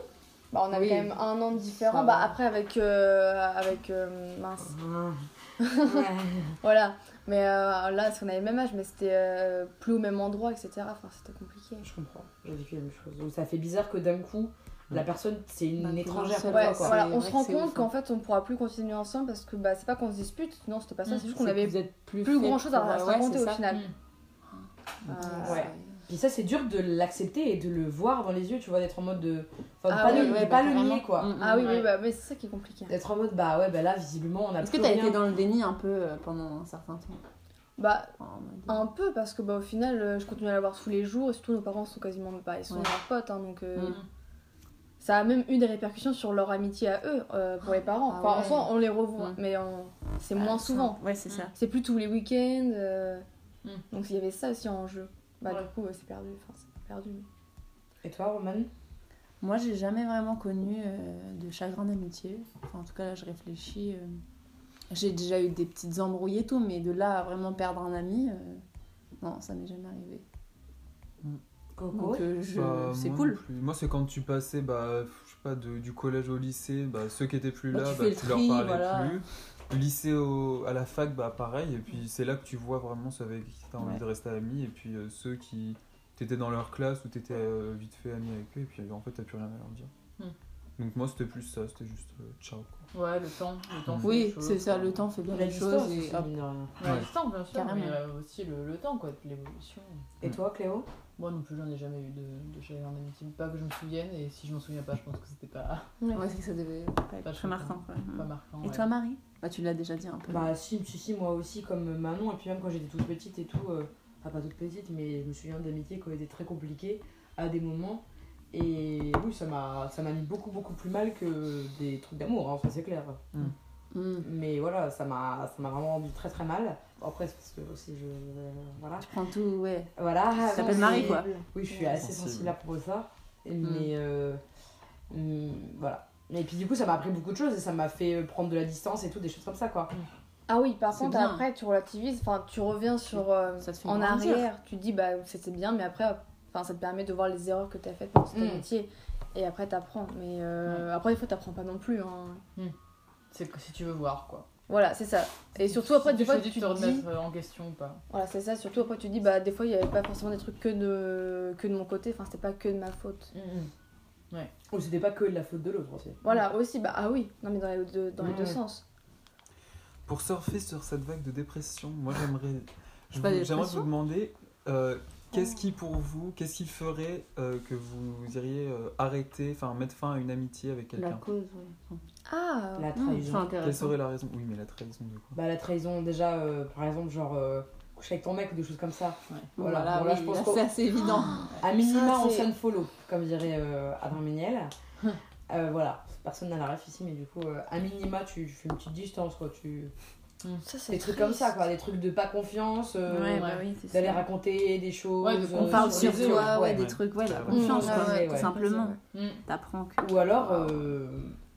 F: on avait
A: Oui.
F: quand même un an de
C: différent.
F: différence.
C: Bah, après, avec. euh, avec euh, mince. Voilà, mais euh, là, parce qu'on avait le même âge, mais c'était euh, plus au même endroit, etc. Enfin, c'était compliqué.
A: Je comprends, j'ai vécu la même chose. Donc ça fait bizarre que d'un coup, la personne, c'est une
B: Bah,
A: étrangère
B: c'est
A: pour toi,
B: vrai,
C: Ouais,
B: c'est
A: quoi.
C: voilà,
B: vrai
C: on
B: que
C: se rend
B: c'est
C: compte
B: ouf, hein.
C: qu'en fait, on pourra plus continuer ensemble parce que bah, c'est pas qu'on se dispute, non, c'était pas ça,
B: Mm.
C: c'est juste
A: C'est
C: qu'on
A: que
C: avait
A: vous êtes plus
C: plus
A: fait
C: grand chose à
B: pour- euh,
C: se
B: ouais,
C: raconter
B: c'est
C: au
B: ça.
C: final. Euh,
B: Ah,
A: Ouais. Puis ça, c'est dur de l'accepter et de le voir dans les yeux, tu vois, d'être en mode de. Enfin, de
C: Ah
A: pas,
C: oui,
A: le, de
B: bah,
A: pas le
B: carrément.
A: nier, quoi.
B: Mm, mm.
C: Ah oui, oui,
D: Ouais.
C: bah, mais c'est ça qui est compliqué.
A: D'être en mode, bah ouais, bah là, visiblement, on a
B: Est-ce que
A: plus
B: t'as
A: rien.
B: été dans le déni un peu euh, pendant un certain temps
C: Bah,
B: En mode-
C: un peu, parce que bah, au final, euh, je continue à la voir tous les jours, et surtout, nos parents sont quasiment bah, ils sont
B: Ouais.
C: leurs potes, hein, donc. euh,
B: Mm.
C: Ça a même eu des répercussions sur leur amitié à eux, euh, pour les parents.
B: Ah
C: enfin, en
B: ouais.
C: soi, on les revoit,
B: Mm.
C: mais on- c'est
B: Ah,
C: moins
B: ça.
C: souvent.
B: Ouais, c'est ça.
C: C'est plus tous les week-ends. euh,
D: Mm.
C: Donc il y avait ça aussi en jeu. Bah
D: Ouais.
C: du coup euh, c'est perdu. Enfin c'est pas perdu. mais-
A: Et toi, Roman
B: Moi, j'ai jamais vraiment connu euh, de chagrin d'amitié. Enfin, en tout cas, là, je réfléchis. euh, J'ai déjà eu des petites embrouilles et tout, mais de là à vraiment perdre un ami, euh, non, ça m'est jamais arrivé.
A: Coco
B: Donc, euh, je...
E: Bah,
B: c'est
E: moi
B: cool.
E: non plus. Moi, c'est quand tu passais, bah, je sais pas, de- du collège au lycée, bah, ceux qui étaient plus
B: Bah,
E: là,
B: tu
E: bah,
B: fais le
E: tu leur
B: tri,
E: parlais
B: voilà.
E: plus. Lycée au- à la fac, bah, pareil. Et puis, c'est là que tu vois vraiment ceux avec qui t'as envie
B: Ouais.
E: de rester ami. Et puis, euh, ceux qui. T'étais dans leur classe ou t'étais euh, vite fait ami avec eux. Et puis, en fait, t'as plus rien à leur dire.
B: Hmm.
E: Donc, moi, c'était plus ça. C'était juste euh, ciao. quoi.
D: Ouais, le temps. Le temps fait
B: Oui,
D: les choses,
B: c'est ça,
D: quoi.
B: le temps fait bien
A: La
B: les choses.
A: distance
B: Et,
A: aussi,
B: hop.
A: mine de rien.
D: La
E: Ouais.
D: distance, bien sûr,
B: Carrément.
D: mais euh, aussi le, le temps, quoi, de l'évolution.
A: Et toi, Cléo
D: Moi non plus, j'en ai jamais eu de, de chagrin d'amitié. Pas que je me souvienne, et si je m'en souviens pas, je pense que c'était pas,
B: Ouais, c'est que ça devait pas hein. être
D: Pas
B: très
D: choquant.
B: marquant. quoi.
D: pas marquant.
B: Et
D: ouais.
B: toi, Marie bah, Tu l'as déjà dit un peu.
A: Bah si, si, si, moi aussi, comme Manon, et puis même quand j'étais toute petite et tout, euh, enfin pas toute petite, mais je me souviens d'amitiés qui ont été très compliquées à des moments, et oui, ça m'a ça m'a mis beaucoup, beaucoup plus mal que des trucs d'amour, hein, ça c'est clair.
B: Mm.
A: Mais voilà, ça m'a ça m'a vraiment rendu très très mal. Bon, après, c'est parce que aussi, je... euh, Voilà.
B: Tu prends tout, ouais.
A: Voilà.
B: Ça s'appelle Marie, quoi.
A: Oui, je suis assez
E: Sensible.
A: sensible à propos de ça. Mais euh, hum, voilà. Et puis du coup, ça m'a appris beaucoup de choses et ça m'a fait euh, prendre de la distance et tout, des choses comme ça, quoi.
C: Ah oui par
B: C'est
C: contre
B: bien.
C: après tu relativises. Enfin tu reviens sur euh,
B: Ça te fait
C: en
B: grandir.
C: arrière. Tu te dis bah c'était bien mais après enfin ça te permet de voir les erreurs que t'as faites pendant cette
A: Mm.
C: amitié. Et après t'apprends. Mais euh, après des fois t'apprends pas non plus. hein.
D: C'est que si tu veux voir, quoi.
C: Voilà c'est ça. Et surtout après
D: Si
C: des
D: tu
C: fois
D: choisis
C: tu
D: de te
C: te dis.
D: remettre euh, en question ou pas.
C: Voilà c'est ça. Surtout après tu te dis bah des fois il y avait pas forcément des trucs que de que de mon côté. Enfin c'était pas que de ma faute.
A: Mm,
D: Ouais.
A: Ou c'était pas que de la faute de l'autre aussi.
C: Voilà, aussi, bah ah oui, non mais dans les deux, dans les
A: Ouais.
C: deux sens.
E: Pour surfer sur cette vague de dépression, moi, j'aimerais. je
B: pas
E: vous-
B: des
E: J'aimerais vous
B: dépressions
E: demander. euh, Qu'est-ce qui pour vous, qu'est-ce qui ferait euh, que vous iriez euh, arrêter, enfin mettre fin à une amitié avec
B: La
E: quelqu'un
B: cause, ouais.
C: Ah,
A: La
B: Mm, c'est
A: trahison.
E: Quelle
B: intéressant.
E: serait la raison Oui, mais la trahison de quoi
A: Bah, la trahison, déjà, euh, par exemple, genre euh, coucher avec ton mec ou des choses comme ça. Voilà,
B: Voilà,
A: bon, là,
B: oui,
A: je pense
B: là,
A: qu'on-
B: c'est assez évident.
A: À minima,
C: Ça,
A: on
C: c'est-
A: s'unfollow, comme dirait euh, Adam Méniel. Euh, voilà, personne n'a la ref ici, mais du coup, euh, à minima, tu, tu fais une petite distance, quoi. Tu...
C: ça c'est
A: Des trucs comme ça, quoi. Des trucs de pas confiance, euh,
B: ouais, bah
D: ouais.
B: oui, c'est ça.
A: d'aller raconter des choses.
D: Ouais, de
A: euh,
B: On parle sur
A: les
B: toi,
A: autres,
B: ouais, des
E: ouais.
B: trucs, ouais, la
E: Ouais,
B: confiance,
A: ouais,
B: quoi,
A: ouais,
B: tout
A: ouais.
B: simplement.
D: Mm.
B: T'apprends que.
A: Ou alors, euh,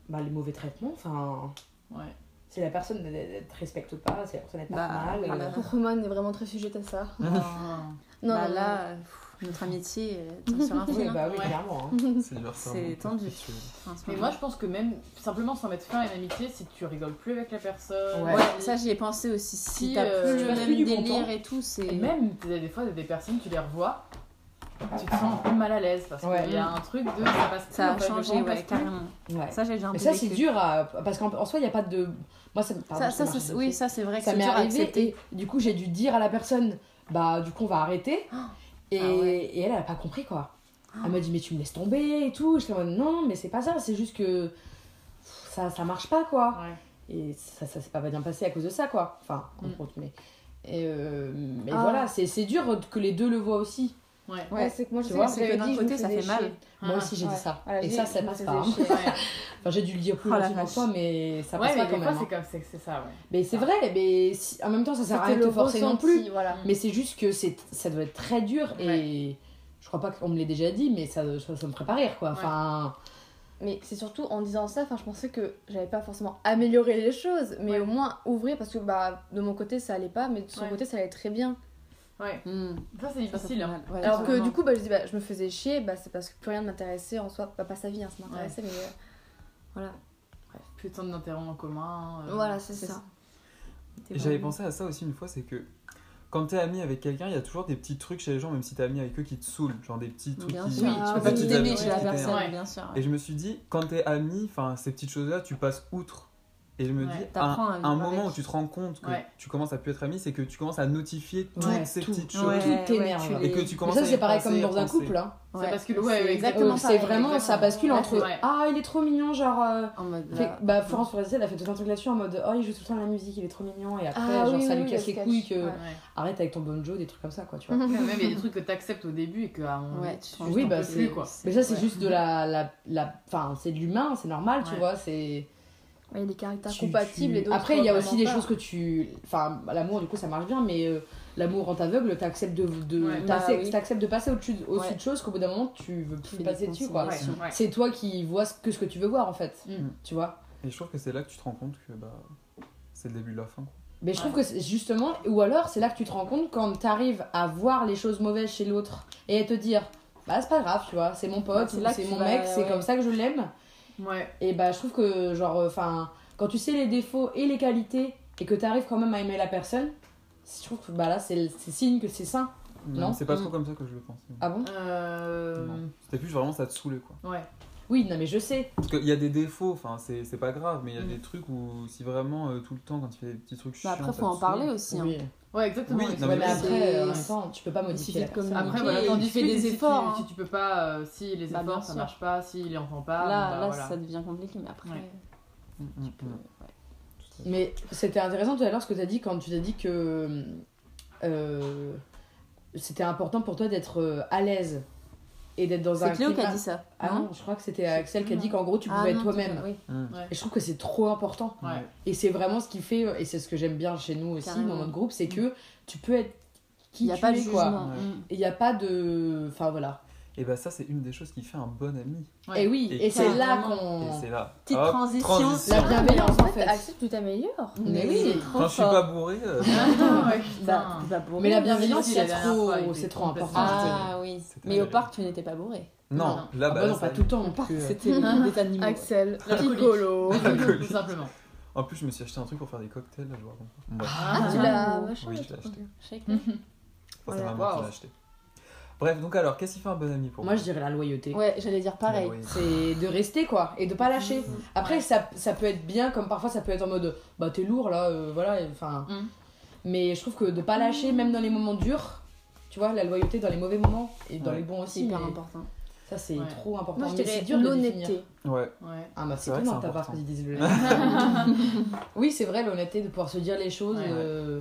A: bah, les mauvais traitements, enfin,
D: Ouais.
A: si la personne ne ne te respecte pas, si la personne est pas
B: Bah,
A: mal.
B: voilà.
A: euh,
C: Roman est vraiment très sujette à ça. Non,
B: bah
C: non,
B: là, euh, pff, notre amitié euh, tombe sur un
A: oui,
B: fil. hein.
A: bah oui,
D: Ouais.
A: clairement. hein.
E: C'est le versant
B: C'est tendu.
E: perpétuel.
B: Enfin, en ce
A: Mm.
D: Mais
B: moment.
D: moi, je pense que même simplement sans mettre fin à une amitié, si tu rigoles plus avec la personne,
A: Ouais.
B: Ouais, ça j'y ai pensé aussi. Si,
D: Si,
B: t'as
D: euh,
B: plus
D: tu
B: le
D: passes
B: même
A: plus du bon
B: délire
A: temps.
B: et tout, c'est.
D: Et même, t'as des fois, t'as des personnes, tu les revois, tu te sens un peu mal à l'aise parce
A: Ouais.
D: qu'il y a un truc de ça passe plus,
B: Ça
D: en
B: a
D: fait, le
B: changé,
D: courant
B: ouais,
D: passe plus.
B: carrément.
A: Ouais.
B: Mhm. Ça, j'ai déjà un
A: Mais
B: peu
A: ça, c'est
B: vécu.
A: dur à... Parce qu'en en soi, il n'y a pas de. Moi, ça, pardon,
B: Ça,
A: je te
B: ça,
A: marche
B: c'est-
A: dessus.
B: oui, ça, c'est vrai que
A: ça
B: c'est
A: m'est
B: dur à
A: arrivé
B: accepter.
A: et du coup j'ai dû dire à la personne bah du coup on va arrêter et,
B: Ah ouais. Ah.
A: et elle elle a pas compris quoi elle m'a dit mais tu me laisses tomber et tout je suis en mode, non mais c'est pas ça c'est juste que pff, ça ça marche pas quoi
D: Ouais.
A: et ça ça s'est pas bien passé à cause de ça quoi enfin
D: Mm.
A: contre mais et euh, mais
B: Ah.
A: voilà c'est c'est dur que les deux le voient aussi
D: Ouais.
F: Ouais, c'est que moi, je
A: Tu
F: sais
A: vois,
F: que
B: c'est que
F: j'avais
B: d'un
F: dit, je me
B: côté, ça
F: faisais
B: fait mal.
F: chier.
A: moi
D: Ah.
A: aussi j'ai
F: ouais.
A: dit ça
F: Voilà,
A: et
F: j'ai-
A: ça ça
F: je me
A: passe
F: faisais
A: pas hein.
F: chier.
D: Ouais.
A: enfin j'ai dû le dire plus
B: Oh la
A: gentiment que
B: vache.
A: toi mais ça passe
D: Ouais, mais
A: pas quand
D: des fois,
A: même
D: c'est
A: hein.
D: comme c'est c'est ça, ouais.
A: mais c'est vrai mais si- en même temps ça sert à
F: C'était
A: rien de te
F: le
A: forcer non
F: ressenti,
A: plus
F: Voilà.
A: Mais c'est juste que c'est, ça doit être très dur et je crois pas qu'on me l'ait déjà dit, mais ça, ça, ça me ferait pas rire quoi. Enfin,
F: Mais c'est surtout en disant ça, enfin, je pensais que j'avais pas forcément amélioré les choses, mais
D: Ouais.
F: au moins ouvrir parce que bah, de mon côté ça allait pas, mais de son
D: Ouais.
F: côté ça allait très bien.
D: Ouais.
B: Hmm.
D: Ça, c'est
B: Ça, ça fait
D: difficile. hein.
B: mal. Ouais,
F: Alors que
B: vraiment.
F: du coup, bah, je, dis, bah, je me faisais chier, bah, c'est parce que plus rien ne m'intéressait en soi, bah, pas sa vie, hein, ça m'intéressait, mais euh, voilà.
D: Plus tant d'intérêts en commun. euh,
F: voilà, c'est
B: c'est
F: ça.
B: ça.
E: Et J'avais pensé à ça aussi une fois, c'est que quand t'es ami avec quelqu'un, il y a toujours des petits trucs chez les gens, même si t'es ami avec eux, qui te saoulent. Genre des petits trucs
B: Bien
E: qui.
B: sûr,
F: Oui,
B: tu
F: ah,
B: peux pas
E: oui.
B: tout aimer chez la
E: Ouais.
B: personne,
D: Ouais.
B: bien sûr.
E: Et je me suis dit, quand t'es ami, enfin, ces petites choses-là, tu passes outre. Et je me
D: Ouais,
E: dis,
B: t'apprends à
E: un,
B: vivre
E: un moment
B: avec.
E: où tu te rends compte que
D: Ouais.
E: tu commences à plus être ami, c'est que tu commences à notifier toutes
A: Ouais,
E: ces
A: tout.
E: petites
A: Ouais.
E: choses.
A: Tout t'énerve.
B: tu les-
E: Et que tu
A: mais
E: commences
A: ça
E: à y
A: c'est pareil comme
E: penser,
A: dans un
E: penser.
A: couple. Hein.
D: Ça
B: Ouais.
D: bascule, ouais,
B: C'est
D: exactement.
B: Exactement
A: Euh, c'est
B: pareil,
A: vraiment, ça
B: exactement.
A: bascule
B: Ouais,
A: entre
D: c'est vrai.
A: ah il est trop mignon, genre. euh,
B: En mode
A: fait-
B: là,
A: bah Florence Foresti elle a fait tout un truc là-dessus en mode oh il joue tout le temps de la musique, il est trop mignon et après genre ça lui casse les couilles que
F: Ouais.
D: Ouais.
A: arrête avec ton banjo des trucs comme ça quoi tu vois.
D: Ouais, Même il y a des trucs que t'acceptes au début et que à un moment
B: Ouais,
D: tu
B: tu
D: t'en
A: Oui, bah,
D: peux
A: c'est-
D: plus, quoi.
A: mais ça c'est
B: ouais.
A: juste de la la la, enfin c'est de l'humain, c'est normal tu
D: Ouais.
A: vois c'est.
F: Ouais, Il y a des caractères
A: Tu-
F: compatibles
A: tu-
F: et d'autres. euh,
A: Après, il y a
F: vraiment
A: aussi des
F: pas.
A: choses que tu. Enfin, l'amour, du coup, ça marche bien, mais euh, l'amour en t'aveugle, t'acceptes de, de,
D: Ouais,
B: bah
A: t'acceptes-
B: oui.
A: t'acceptes de passer au-dessus au-dessus
B: Ouais.
A: de choses qu'au bout d'un moment, tu veux
B: Tu
A: plus
B: fais
A: passer
B: des
A: dessus, quoi.
B: conciliations.
D: Ouais, ouais.
A: C'est toi qui vois ce- que ce que tu veux voir, en fait.
D: Mm.
A: Tu vois
E: Et je trouve que c'est là que tu te rends compte que bah, c'est le début de la fin. quoi.
A: Mais je trouve que c'est justement, ou alors c'est là que tu te rends compte quand tu arrives à voir les choses mauvaises chez l'autre et à te dire, bah c'est pas grave, tu vois, c'est mon
B: Ouais,
A: pote,
B: c'est là
A: c'est
B: que tu
A: mon
B: vas-
A: mec, c'est
B: ouais.
A: comme ça que je l'aime.
D: Ouais,
A: Et bah je trouve que, genre, enfin, quand tu sais les défauts et les qualités et que tu arrives quand même à aimer la personne, je trouve que bah là c'est c'est signe que c'est sain. Non.
E: C'est pas
B: Mm.
E: trop comme ça que je le pensais.
A: Ah bon
D: euh...
E: Non. C'était plus vraiment ça te saoulait quoi.
D: Ouais,
A: Oui, non mais je sais.
E: Parce qu'il y a des défauts, enfin c'est c'est pas grave, mais il y a
D: Mm.
E: des trucs où si vraiment euh, tout le temps quand tu fais des petits trucs
B: Bah
E: chiants.
B: après,
E: ça
B: faut en
E: te saoule.
B: parler aussi. hein.
A: Oui.
D: ouais, exactement.
E: Oui,
D: Et
E: non,
A: Ouais,
D: c'est-
A: mais
B: c'est-
A: après, euh,
B: c'est-
A: attends, tu peux pas
B: Il
A: modifier
B: suffit
A: la
B: de
A: personne.
B: communiquer.
D: Après, voilà, t'en
B: tu fais
D: discutes,
B: des
D: si tu-
B: efforts, hein.
D: Si tu peux pas, euh, si les
B: Bah, bien
D: efforts ça
B: sûr.
D: marche pas, s'il en prend pas,
B: là,
D: bon, bah,
B: là
D: voilà.
B: ça devient compliqué, mais après.
D: Ouais.
E: Mm, mm,
B: tu peux-
E: mm.
B: ouais.
A: Mais c'était intéressant tout à l'heure ce que tu as dit quand tu t'as dit que euh, c'était important pour toi d'être euh, à l'aise et d'être dans un
B: C'est Cléo qui
A: climat-
B: a dit ça.
A: Ah
B: non
A: non, je crois que c'était Axel qui a dit qu'en gros tu
B: Ah
A: pouvais être
B: non, tout à fait,
A: toi-même.
B: oui.
E: Mm.
A: Et je trouve que c'est trop important.
D: Ouais.
A: Et c'est vraiment ce qui fait, euh, et c'est ce que j'aime bien chez nous aussi,
B: Carrément.
A: dans notre groupe, c'est que tu peux être qui
B: Il n'y a
A: tu
B: pas de
A: es, quoi.
B: jugement.
E: Ouais.
B: Mm.
A: Il n'y a pas de. Enfin voilà.
E: Et bah ça c'est une des choses qui fait un bon ami.
D: Ouais.
A: Et oui,
E: Et
A: et, c'est là
B: carrément.
E: Et
A: qu'on.
E: c'est là.
B: Petite
E: Hop,
B: transition.
A: La bienveillance en fait.
F: Axel, tu t'améliores.
A: Mais oui.
B: trop
E: Quand je suis
B: fort.
E: pas bourré, euh,
D: Ah, ouais,
B: Bah,
D: putain.
B: t'es pas bourré.
A: Mais la bienveillance,
D: Si, si,
A: c'est
D: la dernière
A: trop,
D: fois, il
A: c'est
D: était
A: trop important.
D: complètement-
B: Ah oui.
E: C'était-
B: Mais au parc, tu n'étais pas bourré.
E: non,
A: Ah
E: là-bas.
A: bah non, pas tout le temps, on part.
B: C'était des animaux.
F: Axel,
D: L'alcoolique.
F: piccolo.
D: Tout simplement.
E: En plus, je me suis acheté un truc pour faire des cocktails, là, je vois. Bref,
F: Ah, tu l'as machin
E: oui,
F: là,
E: je l'ai acheté.
B: Shaker.
E: Enfin, c'est
F: Voilà.
E: ma mère qui
D: Wow.
E: l'a acheté. Bref, donc alors, qu'est-ce qui fait un bon ami pour
A: Moi,
E: vous
A: je dirais la loyauté.
B: Ouais, j'allais dire pareil.
E: Mais oui.
A: C'est de rester quoi et de pas lâcher. Après
D: Ouais.
A: ça, ça peut être bien comme parfois ça peut être en mode bah t'es lourd là euh, voilà et- enfin
D: Mm.
A: mais je trouve que de pas lâcher même dans les moments durs tu vois la loyauté dans les mauvais moments et dans
E: Ouais.
A: les bons aussi
B: C'est hyper
A: mais
B: important.
A: ça c'est
D: Ouais.
A: trop important
F: Moi, je
A: mais
F: dirais
A: c'est dur de le définir.
F: l'honnêteté.
E: Ouais,
D: Ouais.
A: Ah bah
E: C'est
A: c'est
E: vrai que
A: vraiment
E: c'est
A: ta part
E: important.
A: qu'ils disent l'honnêteté. oui c'est vrai l'honnêteté de pouvoir se dire les choses
D: Ouais.
A: euh,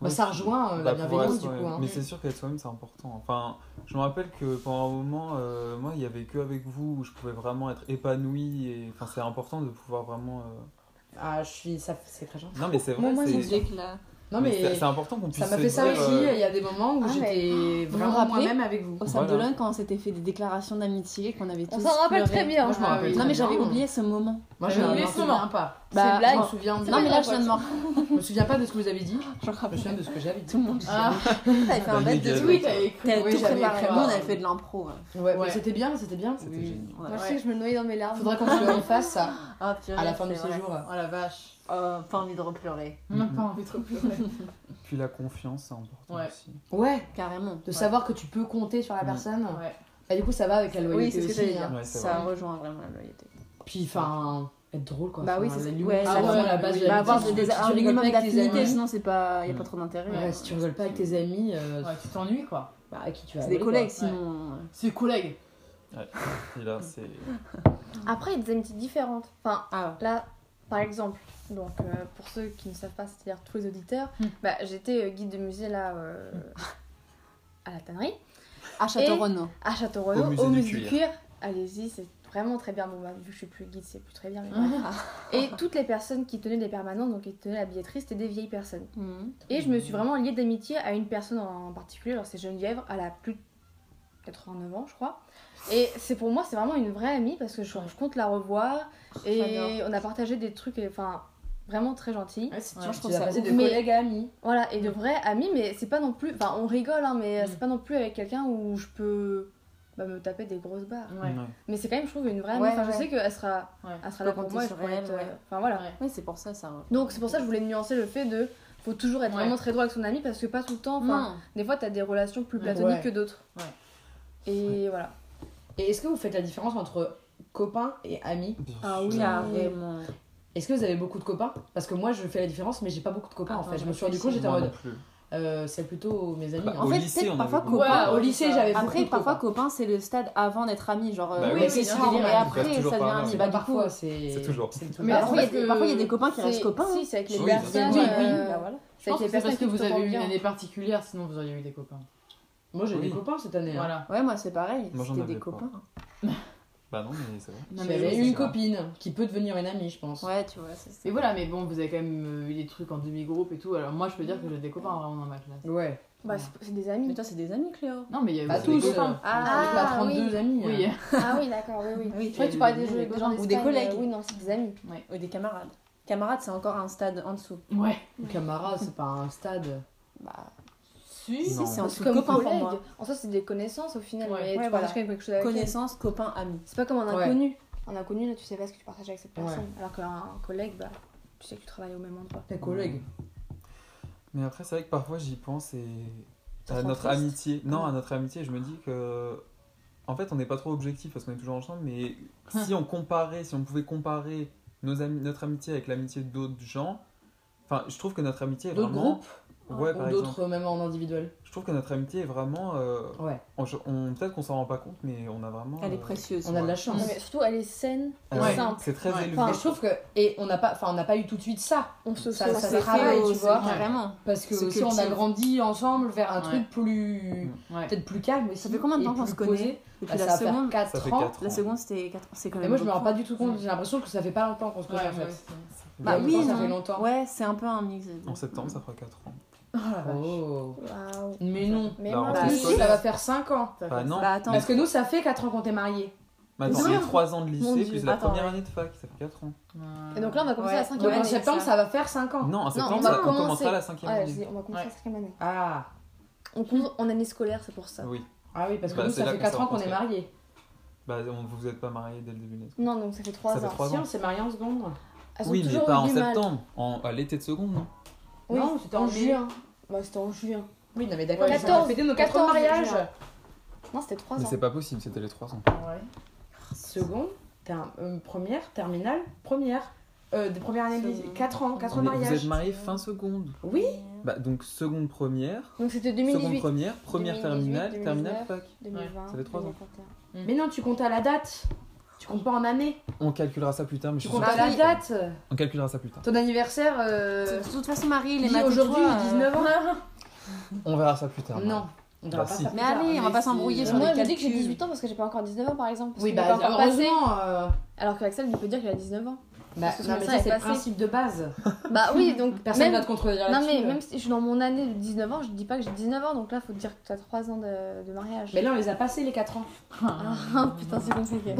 A: bah,
E: Ouais,
A: ça
E: c'est-
A: rejoint euh,
E: Bah,
A: la
E: pour
A: bienveillance
E: rester
A: du coup
E: soi-même.
A: hein.
E: Mais c'est sûr qu'être soi-même, c'est important. Enfin, je me rappelle que pendant un moment, euh, moi, il n'y avait que avec vous où je pouvais vraiment être épanoui. Et... Enfin, c'est important de pouvoir vraiment. euh,
A: ah je suis ça c'est très gentil
E: Non, mais c'est vrai. c'est-
B: que là.
A: non
E: mais
A: mais,
E: c'est- c'est important qu'on puisse.
A: ça m'a
E: se
A: fait ça
E: dire,
A: aussi
E: euh,
A: il y a des moments où
F: Ah, mais-
A: j'étais
B: vous
A: vraiment
B: rappelez
A: moi-même avec vous
B: Au Sable
E: Voilà.
B: d'Olonne, quand on s'était fait des déclarations d'amitié, qu'on avait tous.
F: On s'en rappelle
B: pleuré.
F: très bien.
A: Moi, je m'en
D: Ah
A: rappelle
D: oui.
B: Non,
A: très
B: mais j'avais
A: bien.
B: oublié ce moment.
A: Moi,
D: Mais
A: je
D: oui,
A: n'en
D: mais
A: souviens
D: souvent.
A: pas.
B: Bah,
A: Ces blagues,
B: non.
A: je me souviens
B: Non, mais là, je viens de m'en
A: je me souviens pas de ce que vous avez dit.
B: J'en
A: Je me souviens de ce que j'avais dit.
B: Tout le monde.
D: Ah,
B: T'avais fait un
E: Bah,
B: bête
E: il y a-
B: de
D: oui, t'avais cru.
B: T'avais
D: oui,
B: tout
D: j'avais
B: préparé.
D: cru.
B: Nous, on avait fait de l'impro. ouais.
A: Ouais, mais
D: Ouais.
A: c'était bien, c'était bien.
E: C'était
A: Oui.
E: génial.
B: Ouais.
C: Moi, je sais que je me noyais dans mes larmes.
A: Faudra qu'on se le refasse ça,
B: Ah, purée,
A: à la fin du
B: c'est vrai.
A: séjour.
D: Oh la vache.
B: Euh, pas envie de repleurer.
D: On
A: Mmh.
D: n'a
E: Mhm.
D: pas envie de pleurer.
E: Puis la confiance, c'est important
D: Ouais.
E: aussi.
A: Ouais,
B: Carrément.
A: de savoir que tu peux compter sur la
E: Mm.
A: personne.
D: Ouais.
A: Bah, du coup, ça va avec la
B: Oui,
A: loyauté
B: c'est ce que
A: aussi,
B: j'allais
A: hein. Bah
B: dire.
E: Ouais, c'est
B: ça
E: vrai.
B: rejoint vraiment la loyauté.
A: Puis, enfin, être drôle quoi.
B: Bah oui,
A: Enfin,
B: c'est
A: la-
B: ouais,
A: Ah
B: la-
A: ouais, la base,
D: oui.
A: la
B: Bah,
D: Bah,
B: avoir
A: base,
B: des,
A: si tu
B: un
A: rigoles
B: minimum
A: pas avec tes
B: d'affinité,
A: amis-
B: sinon c'est pas, y a pas trop d'intérêt.
A: Ouais, si tu rigoles pas avec tes amis, euh,
D: Ouais, tu t'ennuies quoi.
A: bah, à qui tu vas
B: C'est des
A: rigoler,
B: collègues,
A: quoi.
B: sinon. euh,
D: C'est collègue.
E: Et là, c'est.
C: Après, il y a des amitiés différentes. Enfin,
B: Ah,
C: là, par exemple, donc euh, pour ceux qui ne savent pas, c'est-à-dire tous les auditeurs,
D: Hmm.
C: bah, j'étais euh, guide de musée là euh, à la tannerie,
B: à Château Renaud.
C: à château renaud
E: Au
C: au
E: musée
C: musée,
E: du
C: du cuir. Allez-y, c'est vraiment très bien. Bon, bah, vu que je suis plus guide, c'est plus très bien. mais bref.
B: Ah,
C: Et toutes les personnes qui tenaient des permanents, donc qui tenaient la billetterie, c'était des vieilles personnes.
B: hmm.
C: Et je me suis vraiment liée d'amitié à une personne en particulier, alors c'est Geneviève, elle a plus de 89 ans je crois. Et c'est pour moi, c'est vraiment une vraie amie parce que je, je compte la revoir et on a partagé des trucs, et- enfin vraiment très gentil.
A: Ouais, c'est
D: Ouais,
A: tiens, je
D: tu
A: trouve
D: vas
A: ça
D: passer
A: ouf.
D: de
A: Mais-
C: collègue
A: à ami.
C: Voilà, et de vrais amis, mais c'est pas non plus, enfin on rigole, hein, mais
D: Mm.
C: c'est pas non plus avec quelqu'un où je peux bah, me taper des grosses barres.
D: Ouais.
E: Ouais.
C: Mais c'est quand même, je trouve, une vraie
B: Ouais,
C: amie. Enfin,
B: ouais.
C: je sais qu'elle sera,
D: Ouais.
C: elle
B: Tu
C: sera là
B: peux
C: pour
B: compter
C: moi et je
B: sur
C: pourrais
B: elle,
C: être. euh,
B: ouais.
C: Enfin voilà.
D: Ouais.
B: Oui, c'est pour ça, ça.
C: Donc c'est pour ça que je voulais nuancer le fait de faut toujours être
D: Ouais.
C: vraiment très droit avec son ami parce que pas tout le temps. Enfin,
B: Non.
C: des fois t'as des relations plus
D: Ouais.
C: platoniques
A: Ouais.
C: que d'autres.
D: Ouais.
C: Et voilà.
A: Et est-ce que vous faites la différence entre copain et ami
E: Bien
B: Ah
E: sûr.
B: oui, carrément.
A: Est-ce que vous avez beaucoup de copains Parce que moi, je fais la différence, mais j'ai pas beaucoup de copains en
B: Attends,
A: fait. Je
B: je
A: me suis rendu compte, j'étais en
E: Moi non
A: mode,
E: plus.
A: euh, c'est plutôt mes amis.
E: Bah,
A: hein.
B: En
E: Au
B: fait,
E: lycée,
B: peut-être
E: on
B: parfois
E: avait
B: copain.
A: Ouais, au lycée, j'avais
B: Après,
A: beaucoup de
B: parfois,
A: copains.
B: copain, c'est le stade avant d'être ami. Genre,
E: Bah
B: euh,
E: oui,
B: ouais,
E: oui,
B: c'est
D: bien
B: sûr.
D: sûr.
B: Et
D: Ça
B: après,
E: passe toujours
B: ça devient
E: par là.
B: ami.
E: C'est
A: Bah,
B: Bah, du coup,
A: parfois, c'est.
E: C'est toujours.
A: C'est
D: Mais
A: toujours.
B: Mais
D: Parce
B: parfois, il y a
D: que-
B: des- parfois, il y a des copains qui
C: Bah, C'est-
B: restent copains.
C: Si, c'est avec les
E: Oui,
C: personnes.
A: bien sûr.
C: euh,
A: Oui, oui.
C: bah voilà.
D: Je pense que c'est
C: personnes
D: parce que
C: qui
D: vous
C: se
D: avez
C: t'entendent
D: eu une
C: bien.
D: année particulière, sinon vous auriez eu des copains.
A: Moi, j'ai
E: Oui.
A: des copains cette année. hein.
D: Voilà.
B: Ouais, moi, c'est pareil.
E: Moi, j'en
B: C'était
E: avais
B: des
E: pas.
B: copains.
E: Bah non, mais c'est vrai.
D: Non, mais
A: J'avais
D: oui,
A: eu
E: c'est
A: une
E: ça.
A: copine qui peut devenir une amie, je pense.
B: Ouais, tu vois, c'est ça.
D: Mais voilà, mais bon, vous avez quand même euh, eu des trucs en demi-groupe et tout. Alors moi, je peux dire que j'ai des copains vraiment dans ma classe.
A: Ouais.
C: Bah, c'est c'est des
B: Mais
C: amis.
B: toi, c'est des amis, Cléo.
D: Non, mais il y a eu
A: Pas
D: aussi
A: tous.
D: des
A: euh,
D: copains.
B: Ah,
A: J'ai pas
C: Ah, oui.
A: 32 amis.
D: Oui.
A: hein.
C: Ah oui, d'accord, oui, oui.
B: Oui,
C: Je crois que tu parlais des, jeux- des gens
B: Ou des
C: d'Espagne,
B: collègues.
C: euh, Oui, non, c'est des amis.
B: Ou des camarades. Camarades, c'est encore un stade en dessous.
D: Ouais.
A: Camara, c'est pas un stade.
B: Bah,
D: Si.
E: Non.
B: si, c'est en
C: Parce
B: dessous.
C: que Comme
B: Copain pour
C: collègues,
B: moi.
C: en soi, c'est des connaissances au final.
D: Ouais.
C: Mais
B: Ouais,
C: tu
B: voilà.
C: partages quand même quelque chose avec elles.
B: Connaissance, copain, ami.
C: C'est pas comme un
A: Ouais.
C: inconnu. Un inconnu, là, tu sais pas ce que tu partages avec cette
A: Ouais.
C: personne. Alors qu'un collègue, bah, tu sais que tu travailles au même endroit.
A: Tes collègues.
E: Mais après, c'est vrai que parfois j'y pense et
B: Ça te
E: à
B: rend
E: notre
B: triste.
E: amitié. Non, à notre amitié, je me dis que en fait, on n'est pas trop objectif parce qu'on est toujours ensemble. Mais si on comparait, si on pouvait comparer nos ami- notre amitié avec l'amitié d'autres gens, enfin, je trouve que notre amitié est
A: D'autres
E: vraiment.
A: groupes
E: Ouais, par
A: Ou
E: exemple.
A: d'autres, même en individuel.
E: Je trouve que notre amitié est vraiment. euh,
A: Ouais.
E: on, on- peut-être qu'on s'en rend pas compte, mais on a vraiment.
B: Elle est
E: euh,
B: précieuse.
A: On a de la
C: Non,
A: chance.
C: mais surtout, elle est saine,
E: euh,
D: Ouais.
C: simple.
E: C'est très
D: Ouais.
E: élevé.
A: Enfin, je trouve que et on n'a pas, enfin, on n'a pas eu tout de suite ça
C: On se
A: Ça,
C: sauve.
A: ça
B: C'est
A: travaille,
B: fait au-
A: tu vois.
B: Carrément.
A: parce que
B: Se
A: aussi on a
B: cultive.
A: grandi ensemble vers un
D: Ouais.
A: truc plus,
D: Ouais.
A: peut-être plus calme. Aussi,
B: Ça fait combien de
A: et
B: temps qu'on
A: plus
B: se connaît
A: posé.
B: Et
A: Bah,
B: puis
A: ça
B: la
A: va faire
B: seconde,
A: 4
E: Ça fait
A: ans.
E: 4 ans.
B: la seconde, c'était 4 C'est quand
A: Et
B: même.
A: moi, je me rends
B: beaucoup.
A: pas du tout compte. J'ai l'impression que ça fait pas longtemps qu'on se connaît
D: Ouais,
A: en
D: ouais,
A: fait.
D: c'est-
A: Mais
B: Bah
A: en
B: oui,
A: même temps, ça
B: non.
A: fait longtemps.
B: Ouais, c'est un peu un mix.
E: En septembre, ça fera 4 ans.
A: Oh la vache.
C: Waouh.
A: Mais non.
C: Mais
E: Bah,
C: moi,
E: on
A: Bah,
E: se
A: nous,
E: connaît.
A: ça va faire 5 ans.
D: Ça
E: Bah
D: fait-
E: non,
B: Bah attends,
A: Parce que nous, ça fait 4 ans qu'on t'est mariés.
E: mais attends,
B: Mais
E: il y a
B: non.
E: 3 ans de lycée
B: Mon Dieu.
E: plus la
B: Attends,
E: première
B: ouais.
E: année de fac, ça fait 4 ans.
D: Ouais.
C: Et donc là, on va commencer
B: Ouais.
C: la cinquième
A: Donc en
C: année.
A: septembre,
B: ça.
A: ça va faire 5 ans.
E: Non, en septembre,
C: on
E: ça-
C: va
E: on,
C: commencer.
E: commencera la 5ème
C: Ouais, je
E: année.
C: dis, Ah, on va commencer
D: Ouais.
C: la cinquième année.
A: Ah.
C: On compte en année scolaire, c'est pour ça.
E: Oui.
A: Ah oui, parce que
E: Bah,
A: nous,
E: c'est
A: ça
E: là
A: fait
E: qu'on
A: 4
E: s'est
A: ans qu'on est
E: rencontrés.
A: mariés.
E: Bah, on, vous êtes pas mariés dès le début de l'année.
C: Non, donc ça fait
E: Ça
C: trois
E: fait
C: ans.
E: trois
A: Si,
E: ans.
A: on s'est mariés en seconde.
C: Elles ont
E: Oui, mais
C: toujours
E: pas
C: eu
E: en
C: du mal.
E: septembre, en, à l'été de seconde, non
C: Oui,
A: Non, c'était en
C: en
A: mai.
C: juin. Bah, c'était en juin.
A: Oui, non, mais d'accord.
D: Ouais,
A: ils ont
C: 14,
A: fêté nos 4 ans de
C: 14
A: mariage.
C: juin. Non, c'était trois
E: Mais
C: ans.
E: c'est pas possible, c'était les 3 ans.
D: Ouais.
A: Seconde, term- euh, première, terminale, première. Euh, des premières années de lycée.
B: Seconde.
A: 4 ans, 4 ans
E: On
A: de
E: est- vous êtes
A: mariage.
E: mariés fin seconde.
A: Oui,
E: Bah, donc seconde première,
C: Donc c'était
E: seconde
C: 2018,
E: première, première
C: 2018,
E: terminale, terminale
C: 2019.
E: fac.
C: 2020,
E: ça fait trois ans.
C: 2021.
A: mais non, tu comptes à la date. Tu comptes pas en année.
E: On calculera ça plus tard, mais je
A: Tu
E: suis
A: comptes
E: sûr-
A: à la
B: Marie.
A: date.
E: On calculera ça plus tard.
A: Ton anniversaire. euh,
B: de toute façon, Marie, les
A: dis
B: maths. et
A: aujourd'hui,
B: toi, euh,
A: 19 ans.
E: On verra ça plus tard.
A: Non. On verra
E: Bah,
A: pas
E: si.
A: ça plus
B: Mais
A: tard.
B: allez, on va pas s'embrouiller sur
C: Moi,
B: les
C: je me dis que j'ai
B: calculs.
C: 18 ans parce que j'ai pas encore 19 ans, par exemple. parce
A: Oui,
C: qu'il est
A: bah,
C: pas encore passé.
A: heureusement. euh,
C: Alors qu'Axel, il peut dire qu'il a 19 ans.
A: Bah,
C: Parce que
A: non,
C: son
A: mais
C: sein
A: ça,
C: est
A: c'est le
C: passé.
A: principe de base.
C: Bah oui, donc.
A: Personne ne
C: même-
A: va te contredire
C: Non,
A: là-dessus. euh.
C: mais même si je suis dans mon année de 19 ans, je dis pas que j'ai 19 ans, donc là, faut te dire que t'as 3 ans de, de mariage.
A: Mais là, on les a passés les 4 ans.
C: Ah, putain, c'est compliqué.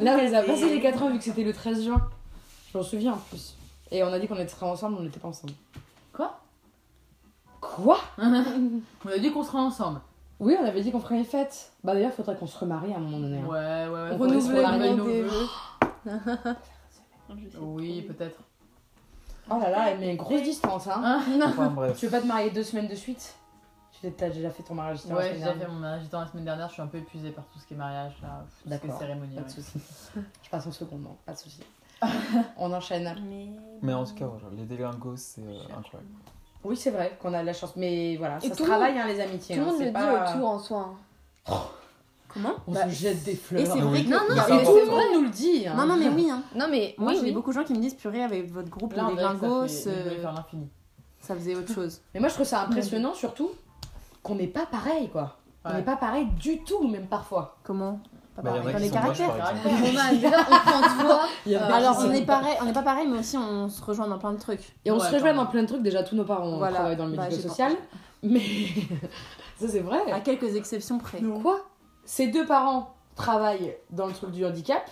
A: Là, on les a passés les 4 ans vu que c'était le 13 juin. Je m'en souviens en plus. Et on a dit qu'on serait ensemble, on n'était pas ensemble.
D: Quoi
A: Quoi
D: On a dit qu'on serait ensemble.
A: Oui, on avait dit qu'on ferait une fête. Bah d'ailleurs, faudrait qu'on se remarie à un moment donné.
D: Ouais,
A: hein.
D: ouais, ouais.
A: On
D: faudrait
A: renouvelle
D: qu'on arrive à
A: le
D: nos
A: rendez-vous.
D: vœux.
B: Je sais
D: Oui, peut-être.
A: Oh là là, mais grosse distance, hein.
E: Enfin bref.
A: Tu veux pas te marier deux semaines de suite Tu t'es- t'as déjà fait ton mariage c'était la
D: Ouais,
A: semaine
D: j'ai déjà fait
A: dernière.
D: mon mariage étant la semaine dernière, je suis un peu épuisée par tout ce qui est mariage, là, pff, tout ce qui est
A: D'accord.
D: cérémonie.
A: Pas de
D: ouais.
A: soucis. Je passe en seconde, non, pas de soucis. on enchaîne.
B: Mais...
E: Mais en tout cas, voilà, les délingos, c'est euh, incroyable.
A: Oui, c'est vrai qu'on a de la chance, mais voilà,
F: Et
A: ça se
F: tout le monde-
A: travaille, hein, les amitiés.
F: Tout le
A: hein,
F: monde
A: c'est
F: le
A: pas-
F: dit autour en soi. hein.
B: Comment
A: On
F: Bah,
A: se jette des fleurs.
B: Et c'est
E: oui.
B: vrai que...
F: Non, non,
E: Mais ça,
A: Mais
E: par
A: tout le
E: contre,
A: monde nous le dit. hein.
B: Non, non, mais oui, hein.
F: Non, mais
B: Moi,
F: oui,
B: j'ai
F: oui.
B: beaucoup de gens qui me disent purée avec votre groupe,
D: Là, on
B: les
D: dirait que ça
B: Glingos,
D: fait- ils voulaient
B: euh,
D: faire l'infini.
B: ça faisait autre chose.
A: Mais moi, je trouve ça impressionnant, surtout qu'on n'est pas pareil, quoi. On
D: Ouais.
A: n'est pas pareil du tout, même parfois.
B: Comment Pas
E: Bah, il y en
B: pareil.
E: a
B: Dans
E: qui
B: les
E: sont moches,
B: caractères.
E: par exemple.
C: bah,
F: Roman, déjà, on prend de toi.
A: Il y a
F: Euh,
A: des
B: Alors,
A: gens qui
B: on
A: sont-
B: est pareil, on n'est pas pareil, mais aussi on se rejoint dans plein de trucs.
A: Et on
D: Ouais,
A: se rejoint
D: attends.
A: dans plein de trucs. Déjà, tous nos parents
B: Voilà.
A: travaillent dans le
B: Bah,
A: médico-social. Mais ça, c'est vrai.
B: À quelques exceptions près.
A: Quoi Ses deux parents travaillent dans le truc du handicap.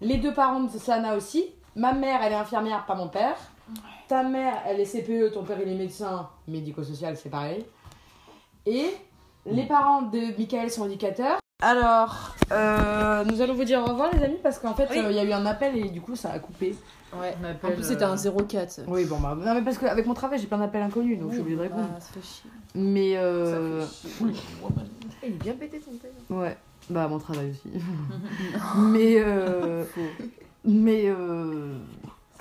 A: Les deux parents de Sana aussi. Ma mère, elle est infirmière, pas mon père. Ta mère, elle est CPE, ton père, il est médecin, médico-social, c'est pareil. Et les parents de Michael sont indicateurs. Alors, euh, nous allons vous dire au revoir, les amis, parce qu'en fait, euh,
B: Oui.
A: il y a eu un appel et du coup, ça a coupé.
B: Ouais.
D: On
B: En
D: appelle,
B: plus, c'était un
D: euh,
B: 04.
A: Oui, bon, bah, non, mais parce qu'avec mon travail, j'ai plein d'appels inconnus, donc j'ai oublié de répondre.
B: Ah, ça fait chier.
A: Mais,
D: ça
A: euh,
D: fait chier. Eh,
F: Il est bien pété son thé.
A: Ouais, bah mon travail aussi. mais euh... mais euh...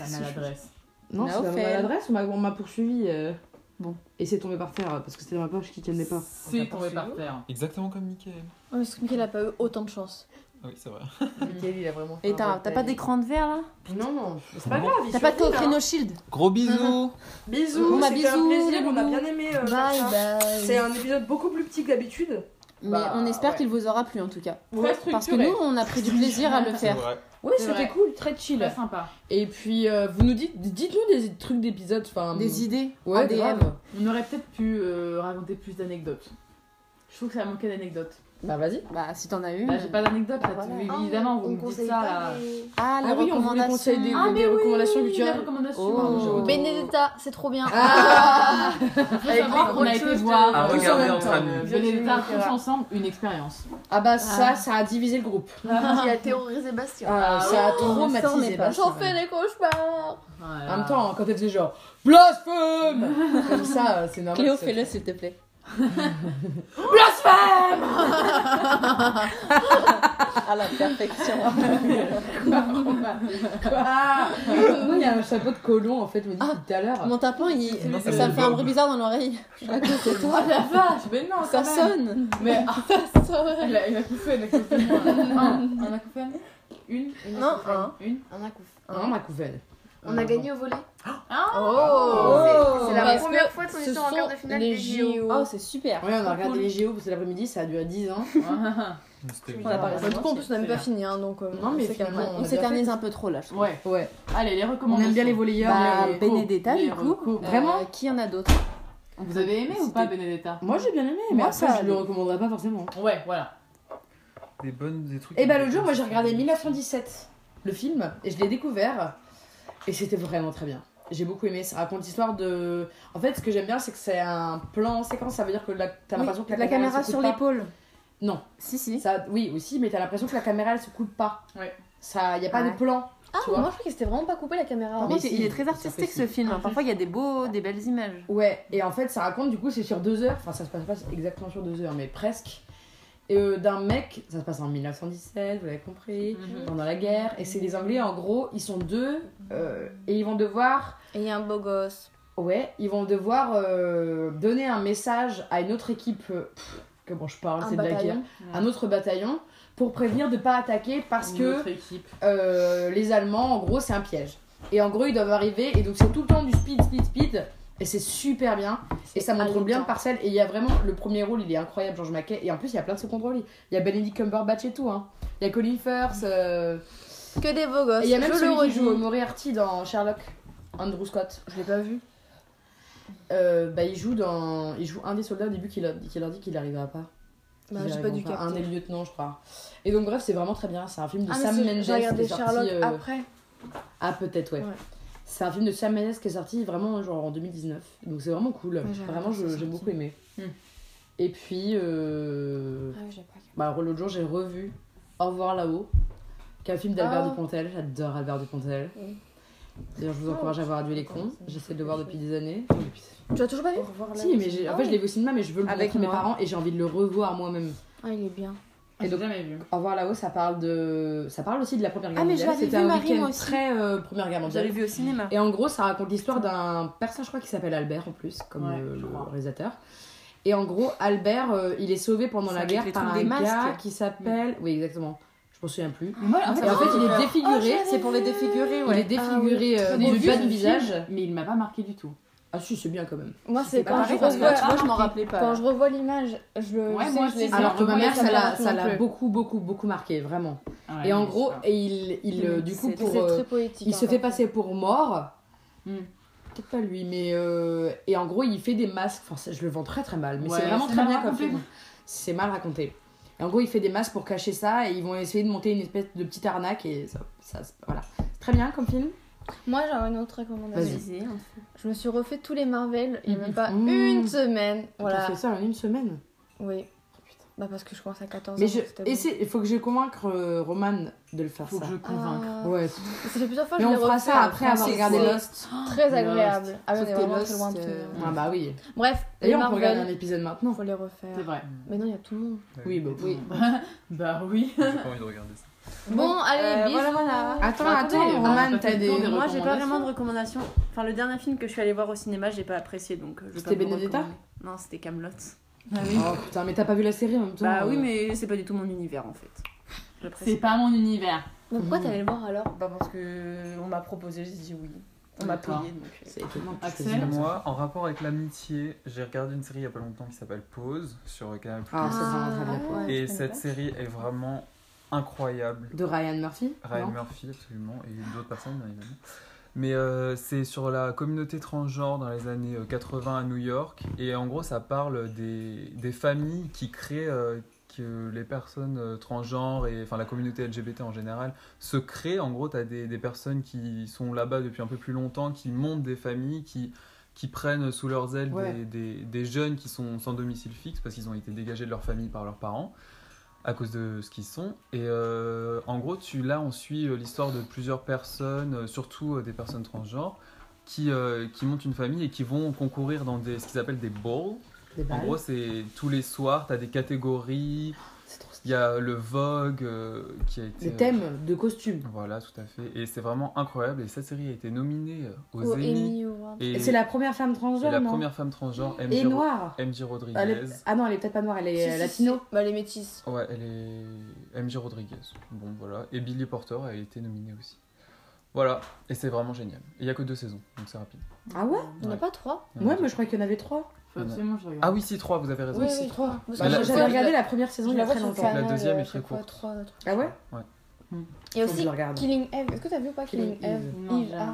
D: Ça maladresse.
A: non,
B: No
A: c'est pas ma
B: fail.
A: maladresse, on m'a on m'a poursuivi. euh,
B: Bon.
A: Et c'est tombé par terre parce que c'était dans ma poche qui tiennait pas.
D: C'est tombé par terre.
E: Exactement comme Mickaël.
F: Ouais, parce que Mickaël a pas eu autant de chance.
E: Ah Oui, c'est vrai.
D: Mickaël, il a vraiment fait
B: Et
D: un
B: t'as
D: rappel.
B: t'as pas d'écran de verre là
A: Non non, c'est pas grave. il
B: T'as pas de
A: survit, hein.
B: créneau shield
E: Gros
A: Mhm.
E: bisous
A: Bisous,
B: Bon, bah,
A: c'était un
B: bisous,
A: plaisir,
B: les
A: on a
B: loulous.
A: bien aimé. euh, faire ça.
B: bye.
A: C'est un épisode beaucoup plus petit que d'habitude.
B: Mais
D: Bah,
B: on espère
D: ouais.
B: qu'il vous aura plu en tout cas.
D: Très
B: Parce que
D: structuré.
B: nous, on a pris du plaisir à le
E: C'est
B: faire.
E: vrai.
A: Oui,
D: C'est
A: c'était
D: vrai.
A: cool, très chill.
D: Très sympa.
A: Et puis euh, vous nous dites, dites-nous des trucs d'épisodes, enfin euh,
B: Des idées,
A: ouais,
B: en DM.
A: grave.
D: On aurait peut-être pu euh, raconter plus d'anecdotes. Je trouve que ça manquait d'anecdotes.
A: Bah vas-y.
B: Bah, si t'en as une.
D: Bah, j'ai pas d'anecdotes là,
B: Voilà.
C: Ah,
D: tu- évidemment, vous me dites ça là.
B: Ah, la
A: Ah oui, on vous les conseille des,
D: Ah,
A: des
D: mais oui,
A: recommandations
D: les
A: culturelles.
D: recommandations.
B: Oh.
D: pardon, j'avoue.
F: Benedetta, c'est trop bien.
A: Ah
D: Faut savoir qu'on a été voir
E: Ah,
D: euh,
E: regardez
D: euh,
E: entre amis.
D: Violetta, tous ensemble, une expérience.
A: Ah bah ça, ça a divisé le groupe.
F: Il a terrorisé Bastien.
A: Ah, ça a traumatisé.
B: pas.
A: Bastien.
F: J'en fais des cauchemars.
A: En
D: Ah.
A: même temps, quand elle faisait genre blasphème comme ça, euh, c'est normal.
B: Cléo,
A: c'est-
B: fais-le s'il te plaît.
A: Blasphème
B: À la perfection.
A: Ah Moi, il y a un chapeau de colon en fait, je me dis
B: Ah.
A: tout à l'heure.
B: Mon tapin, il...
E: Non,
B: ça
E: ça
B: me
E: me
B: fait un
E: donne.
B: bruit bizarre dans l'oreille. À cause de toi.
D: Ah la vache, mais non,
B: Ça sonne.
D: Mais elle a, elle a coupé, elle a coupé. Un, un acouphène Une, une
B: Non,
D: acouphène,
B: un.
D: Une
F: On a couffé.
A: Non, Hein, ma couvelle.
F: On a gagné au volet.
A: Ah.
B: Oh,
F: C'est la
B: Parce
F: première
B: que
F: fois de son
B: ce
F: histoire en
B: sont
F: quart de finale
B: les
F: des JO.
B: Oh, c'est super.
A: Oui, on a regardé les JO parce que l'après-midi, ça a duré 10 ans.
E: C'était
B: Ça
A: Bah,
B: paraît
F: Du coup, en plus, on n'a même
D: C'est
F: pas
D: bien.
F: fini, hein, donc. euh,
A: Non, mais
F: c'est
A: finalement,
F: calme.
A: on a
B: On
A: bien
B: s'éternise un peu trop là, je trouve.
D: Ouais.
A: Ouais.
D: Allez, les
A: On
D: recommandations.
A: aime bien les volleyeurs.
B: Bah,
A: mais-
B: Benedetta,
D: les
B: du coup.
D: recos.
B: Euh,
A: Vraiment
B: Qui en a d'autres
D: Vous avez aimé ou pas Benedetta
A: Moi, j'ai bien aimé, mais
B: Moi,
A: après,
B: ça
A: je le
B: allait.
A: recommanderais pas forcément.
D: Ouais, voilà.
E: Des bonnes, des trucs.
A: Et bah, l'autre jour, moi, j'ai regardé 1917, le film, et je l'ai découvert, et c'était vraiment très bien. J'ai beaucoup aimé. Ça raconte l'histoire de. En fait, ce que j'aime bien, c'est que c'est un plan en séquence. Ça veut dire que la- t'as
B: Oui,
A: l'impression que la,
B: la caméra
A: se
B: sur
A: coupe pas.
B: l'épaule.
A: Non.
B: Si, si.
A: Ça, oui, aussi, mais t'as l'impression que la caméra elle se coupe pas.
D: Ouais.
A: Ça, y a pas
B: Ouais.
A: de plan.
F: Ah,
A: tu vois.
F: moi, je crois que c'était vraiment pas coupé la caméra. hein.
B: Par
A: Mais
B: contre,
A: si,
B: il est très
A: ça
B: artistique
A: fait
B: ce film. hein. Parfois, il y a des beaux, des belles images.
A: Ouais, et en fait, ça raconte, du coup, c'est sur deux heures, enfin, ça se passe pas exactement sur deux heures, mais presque, Et, euh, d'un mec, ça se passe en 1917, vous l'avez compris,
D: Mhm.
A: pendant la guerre, et c'est les Anglais, en gros, ils sont deux, euh, et ils vont devoir,
F: Et il y a un beau gosse.
A: ouais, ils vont devoir euh, donner un message à une autre équipe, euh, pff, comment je parle,
F: Un
A: c'est de la guerre,
F: bataillon.
A: un autre bataillon, pour prévenir de pas attaquer, parce
D: Une
A: que
D: autre équipe.
A: euh, les Allemands, en gros, c'est un piège. Et en gros, ils doivent arriver, et donc c'est tout le temps du speed, speed, speed. Et c'est super bien. Et ça montre bien le
F: par.
A: parcelle. Et il y a vraiment le premier rôle, il est incroyable, Georges Maquet. Et en plus, il y a plein de secondes rôles. Il y a Benedict Cumberbatch et tout. Hein. Il y a Colin Firth. euh,
F: Que des beaux gosses.
A: Et il y a même
F: je le
A: celui qui joue
F: redis.
A: Moriarty dans Sherlock. Andrew Scott.
F: Je l'ai pas vu.
A: Euh, bah, il joue dans. Il joue un des soldats au début qui leur, qui leur dit qu'il arrivera pas.
F: Bah,
A: Qu'ils
F: j'ai pas
A: arriveront
F: dû
A: Un des
F: capter.
A: lieutenants, je crois. Et donc, bref, c'est vraiment très bien. C'est un film de
F: Ah, mais
A: Sam
F: c'est-
A: Mendes.
F: j'ai regardé
A: qui est sorti,
F: Sherlock
A: euh,
F: après.
A: Ah, peut-être, ouais.
F: Ouais.
A: C'est un film de Sam Mendes qui est sorti vraiment genre en 2019. Donc c'est vraiment cool.
F: j'ai
A: vraiment,
F: adoré,
A: je-
F: c'est
A: j'ai
F: sorti.
A: beaucoup aimé.
D: Hmm.
A: Et puis, euh,
F: Ah, ouais, j'ai pas regardé.
A: bah, alors, l'autre jour, j'ai revu Au revoir là-haut, qui est un film d'Albert
F: Ah.
A: Dupontel. J'adore Albert Dupontel.
F: Oui.
A: D'ailleurs, je vous
F: Ah,
A: encourage à voir Adieu les
B: d'accord,
A: cons.
B: ça me
A: J'essaie de
B: fait
A: le voir
B: chaud.
A: depuis des années.
F: Tu l'as toujours pas vu
B: Au revoir, là,
A: Si, mais
B: c'est-
A: j'ai- en
F: Ah
A: fait,
F: ouais.
A: je l'ai vu au cinéma, mais je veux le
B: Avec
A: montrer à mes
B: moi.
A: parents et j'ai envie de le revoir moi-même.
F: Ah, il est bien.
A: Et
D: Et
A: donc-
D: jamais vu.
A: Au revoir là-haut, ça parle de, ça parle aussi de la première guerre
B: Ah, mais je
A: mondiale.
B: l'avais
A: C'était
B: vu,
A: un
B: Marie,
A: week-end
B: moi aussi.
A: très euh, première guerre mondiale.
B: J'avais vu au cinéma.
A: Et en gros, ça raconte l'histoire d'un personnage, je crois, qui s'appelle Albert en plus, comme
D: Ouais,
A: le,
D: je
A: le
D: crois.
A: réalisateur. Et en gros, Albert, euh, il est sauvé pendant
B: C'est
A: la
B: avec
A: guerre
B: les
A: par
B: trucs
A: un
B: des masques.
A: gars qui s'appelle. Oui, exactement. Je m'en souviens plus.
D: Mais moi, Ah, en
A: Et en fait, il est
D: Euh,
B: Oh, je
A: défiguré.
B: l'avais
A: c'est pour les
B: vu.
A: défigurer,
B: ouais.
A: Il est défiguré
D: Ah
A: euh,
D: oui. Au
A: du
D: vu
A: bas
D: du
A: du visage.
D: mais il m'a pas marqué du tout.
A: Ah si, c'est bien quand même.
F: Moi, c'est
B: Bah,
F: quand, je
B: pareil, parce que
F: revois-
B: tu vois, je m'en rappelais pas.
F: quand je revois l'image, je le.
D: Ouais,
F: je
D: moi
F: sais, je
D: aussi,
F: l'ai
D: c'est
A: Alors que ma mère, ça l'a,
F: plus
A: ça
F: non
A: l'a
F: plus.
A: beaucoup, beaucoup, beaucoup marqué, vraiment.
D: Ah
A: et en gros, et il, il euh, du coup,
B: C'est-
A: pour,
F: C'est
A: euh,
F: très poétique.
A: il se
F: en
A: fait passer pour mort.
D: Hmm.
A: Peut-être pas lui, mais euh, et en gros, il fait des masques. Enfin, ça, je le vends très très mal, mais
D: Ouais,
A: c'est vraiment
D: c'est
A: très
D: mal
A: bien comme
D: raconté.
A: film. C'est mal raconté. Et en gros, il fait des masques pour cacher ça, et ils vont essayer de monter une espèce de petite arnaque, et ça, ça c'est- voilà. C'est Très bien comme film.
F: Moi, j'ai une autre recommandation.
A: Vas-y.
B: Vas-y.
F: Je me suis refait tous les Marvel il y a même pas
A: Mhm.
F: une semaine. Voilà.
A: T'as fait ça en une semaine.
F: Oui. Bah, parce que je commence à 14
A: Mais
F: ans,
A: je,
F: donc c'était
A: et
F: bon.
A: c'est- il faut que je convaincre euh, Roman de le faire
D: faut
A: ça.
D: que je convainque.
F: Ah.
A: Ouais.
F: Ça fait plusieurs fois que
A: Mais
F: je
A: on
F: l'ai
A: fera
F: refait.
A: ça après avoir
B: c'est-
A: regardé
F: c'est-
A: Lost.
F: Très agréable. Ah, oui, on
B: Sauf
F: est
B: que
F: vraiment très
B: Lost,
F: loin de tout.
B: euh,
A: Ah bah oui.
F: Bref, les
A: D'ailleurs, on peut regarder un
F: Marvel,
A: épisode maintenant.
F: faut les refaire.
D: C'est vrai.
F: Mais non, il y a tout le monde.
A: Oui, bah oui.
D: Bah oui.
E: J'ai pas envie de regarder ça.
F: Bon, allez,
B: Euh,
F: bisous.
B: voilà, voilà.
C: Bah,
A: Attends,
D: Attendez,
A: attends,
D: on a pas
A: Roman,
D: fait
A: t'as
D: le
A: des. Oh,
D: tour des
B: Moi, j'ai pas
D: recommandations.
B: vraiment de recommandations. Enfin, le dernier film que je suis allée voir au cinéma, j'ai pas apprécié donc. euh, je vais
A: C'était
B: pas vous
A: Benedetta
B: recommander. Non, c'était Camelot.
A: Oh putain, mais t'as pas vu la série en même temps.
B: Bah oui,
A: euh.
B: mais c'est pas du tout mon univers en fait.
D: C'est
B: J'apprécie
D: pas mon univers.
F: Mais
A: Mm.
F: pourquoi t'allais le voir alors
B: Bah parce que on m'a proposé, j'ai dit oui. On m'a
D: D'accord.
B: payé donc. euh,
A: C'est étonnant. que tu
D: Axel
A: choisisses comme ça.
E: Moi, en rapport avec l'amitié, j'ai regardé une série il y a pas longtemps qui s'appelle Pause sur Canal+.
A: Ah, c'est vraiment très bien.
E: et cette série est vraiment incroyable.
A: De Ryan Murphy
E: Ryan
A: non
E: Murphy, absolument, et d'autres personnes, bien évidemment. Mais euh, c'est sur la communauté transgenre dans les années euh, 80 à New York. Et en gros, ça parle des, des familles qui créent, euh, que les personnes euh, transgenres et enfin la communauté LGBT en général se créent. En gros, tu as des, des personnes qui sont là-bas depuis un peu plus longtemps, qui montent des familles, qui, qui prennent sous leurs ailes
A: Ouais.
E: des, des- des jeunes qui sont sans domicile fixe parce qu'ils ont été dégagés de leur famille par leurs parents à cause de ce qu'ils sont. Et euh, en gros, tu, là, on suit euh, l'histoire de plusieurs personnes, euh, surtout euh, des personnes transgenres, qui, euh, qui montent une famille et qui vont concourir dans des, ce qu'ils appellent des bowls.
A: Des
E: En
A: balles.
E: gros, c'est tous les soirs, tu as des catégories. Il y a le Vogue euh, qui a été.
A: Des
E: euh,
A: thèmes de costumes.
E: voilà, tout à fait. Et c'est vraiment incroyable. Et cette série a été nominée euh, aux
F: Au
E: Emmy.
F: Emmy Award.
E: Et,
A: Et c'est
E: et
A: la première femme transgenre,
E: la
A: non
E: première femme transgenre,
A: Et
E: MJ, Ro-
A: noire.
E: MJ
A: Elle est-
E: Rodriguez.
A: Ah non, elle est peut-être pas noire, elle est
F: Si,
A: euh,
F: si,
A: latino.
F: si. Bah, les métis.
E: Ouais, elle est MJ Rodriguez. Bon, voilà. Et Billy Porter a été nominé aussi. Voilà, et c'est vraiment génial. Il n'y a que deux saisons, donc c'est rapide.
A: Ah ouais
F: Il n'y en a
E: Ouais.
F: pas trois
E: Il y en a
A: Moi,
E: deux.
A: mais je croyais qu'il y en avait trois.
D: Faut absolument que je regarde.
E: Ah oui, si, trois, vous avez raison.
F: Oui,
A: c'est trois.
F: Parce
E: Mais
A: Bah,
E: la-
A: moi, J'avais
F: fois,
A: regardé
F: je
A: la première saison il y a
F: la vois
A: très
F: sur
A: longtemps.
F: Canal,
E: La deuxième
F: euh,
E: est
F: à
E: très
F: chaque fois,
E: courte.
F: trois, trois.
A: Ah ouais
F: Il y a
A: Faut que je
F: aussi
A: le regarde.
F: Killing Eve. Est-ce que t'as vu ou pas Killing
A: Killing
F: Eve
A: Eve.
D: Non,
F: Eve,
D: j'ai-
F: ah.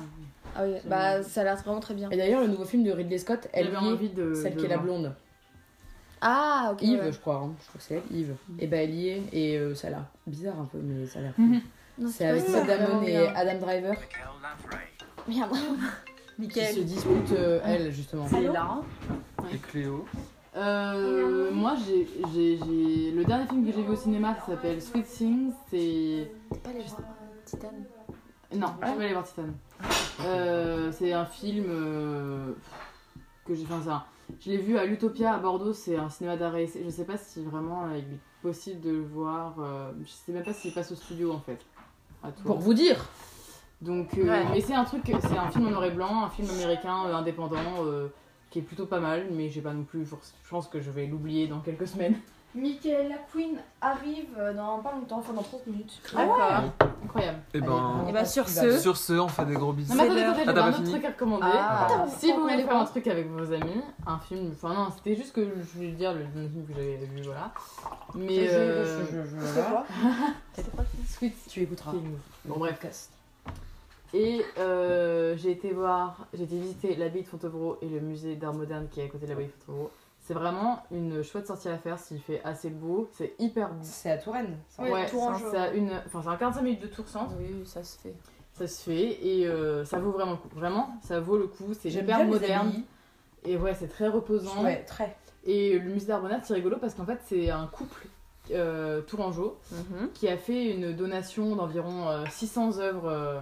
F: Ah oui,
D: J'aime
F: bah
D: bien.
F: ça a l'air vraiment très bien.
A: Et d'ailleurs, le nouveau film de Ridley Scott, elle
D: J'avais
A: y est,
D: envie de.
A: celle
D: de
A: qui est la
D: voir.
A: blonde.
F: Ah, ok.
A: Yves,
F: ouais. Mm.
A: je crois. hein. Je crois que c'est elle, Yves. Et bah, elle y est, et euh, ça a l'air bizarre un peu, mais ça a l'air.
D: Mhm.
F: Non,
A: C'est
F: pas
A: avec
F: ça,
A: Matt Damon
F: Mm. Ah, vraiment
A: et
F: bien.
A: Adam Driver
F: Merde.
A: qui se
B: Michael.
A: disputent, euh, elle, justement.
D: C'est là.
E: Et Cléo.
D: Euh, moi, j'ai, j'ai, j'ai- le dernier film que j'ai vu au cinéma, ça s'appelle Sweet Things. C'est
F: Pas les
D: Juste-
F: voir, euh, Titan.
D: non, je vais pas aller voir Titan. Euh, c'est un film euh, que j'ai fait ça. Je l'ai vu à l'Utopia à Bordeaux. C'est un cinéma d'arrêt. essai. Je sais pas si vraiment euh, il est possible de le voir. euh, je sais même pas s'il passe au studio en fait. À Tours.
A: Pour vous dire,
D: Donc, euh,
B: Ouais.
D: mais c'est un truc, c'est un film en noir et blanc, un film américain euh, indépendant euh, qui est plutôt pas mal, mais j'ai pas non plus. forc- Je pense que je vais l'oublier dans quelques semaines.
F: Michaela Queen arrive euh, dans pas longtemps, enfin dans 30 minutes.
E: Ah
B: D'accord.
D: Incroyable.
E: Et ben,
A: Eh
B: Et bah sur
A: Allez.
B: ce.
E: sur ce, on fait des gros
D: Non,
E: bisous.
D: mais
B: C'est
D: attendez,
B: l'heure.
D: attendez,
E: Ah,
D: j'avais
E: t'as
D: un
E: pas
D: autre
E: fini
D: truc à recommander.
B: Ah.
D: Si vous voulez
F: Allez
D: faire un
F: voir.
D: truc avec vos amis, un film, enfin non, c'était juste que je voulais dire le dernier film que j'avais vu, voilà. Mais euh,
A: Sweet, tu écouteras.
D: film. Bon bref.
A: podcast.
D: Et euh, j'ai été voir, j'ai été visiter l'abbaye de Fontevraud et le musée d'art moderne qui est à côté de l'abbaye de Fontevraud. C'est vraiment une chouette sortie à faire s'il fait assez beau, c'est hyper beau.
A: C'est à Touraine.
F: Oui,
D: ouais,
F: Tourangeau.
D: c'est à une, enfin c'est à 45 minutes de Tour Centre.
B: Oui, ça se fait.
D: ça se fait et euh, ça vaut vraiment le coup. Vraiment, ça vaut le coup. C'est
A: J'aime
D: hyper
A: bien les
D: moderne.
A: habits.
D: Et ouais, c'est très reposant.
A: Ouais, très.
D: Et le musée d'Arbonade, c'est rigolo parce qu'en fait, c'est un couple euh, tourangeau
B: Mhm.
D: qui a fait une donation d'environ euh, 600 œuvres euh,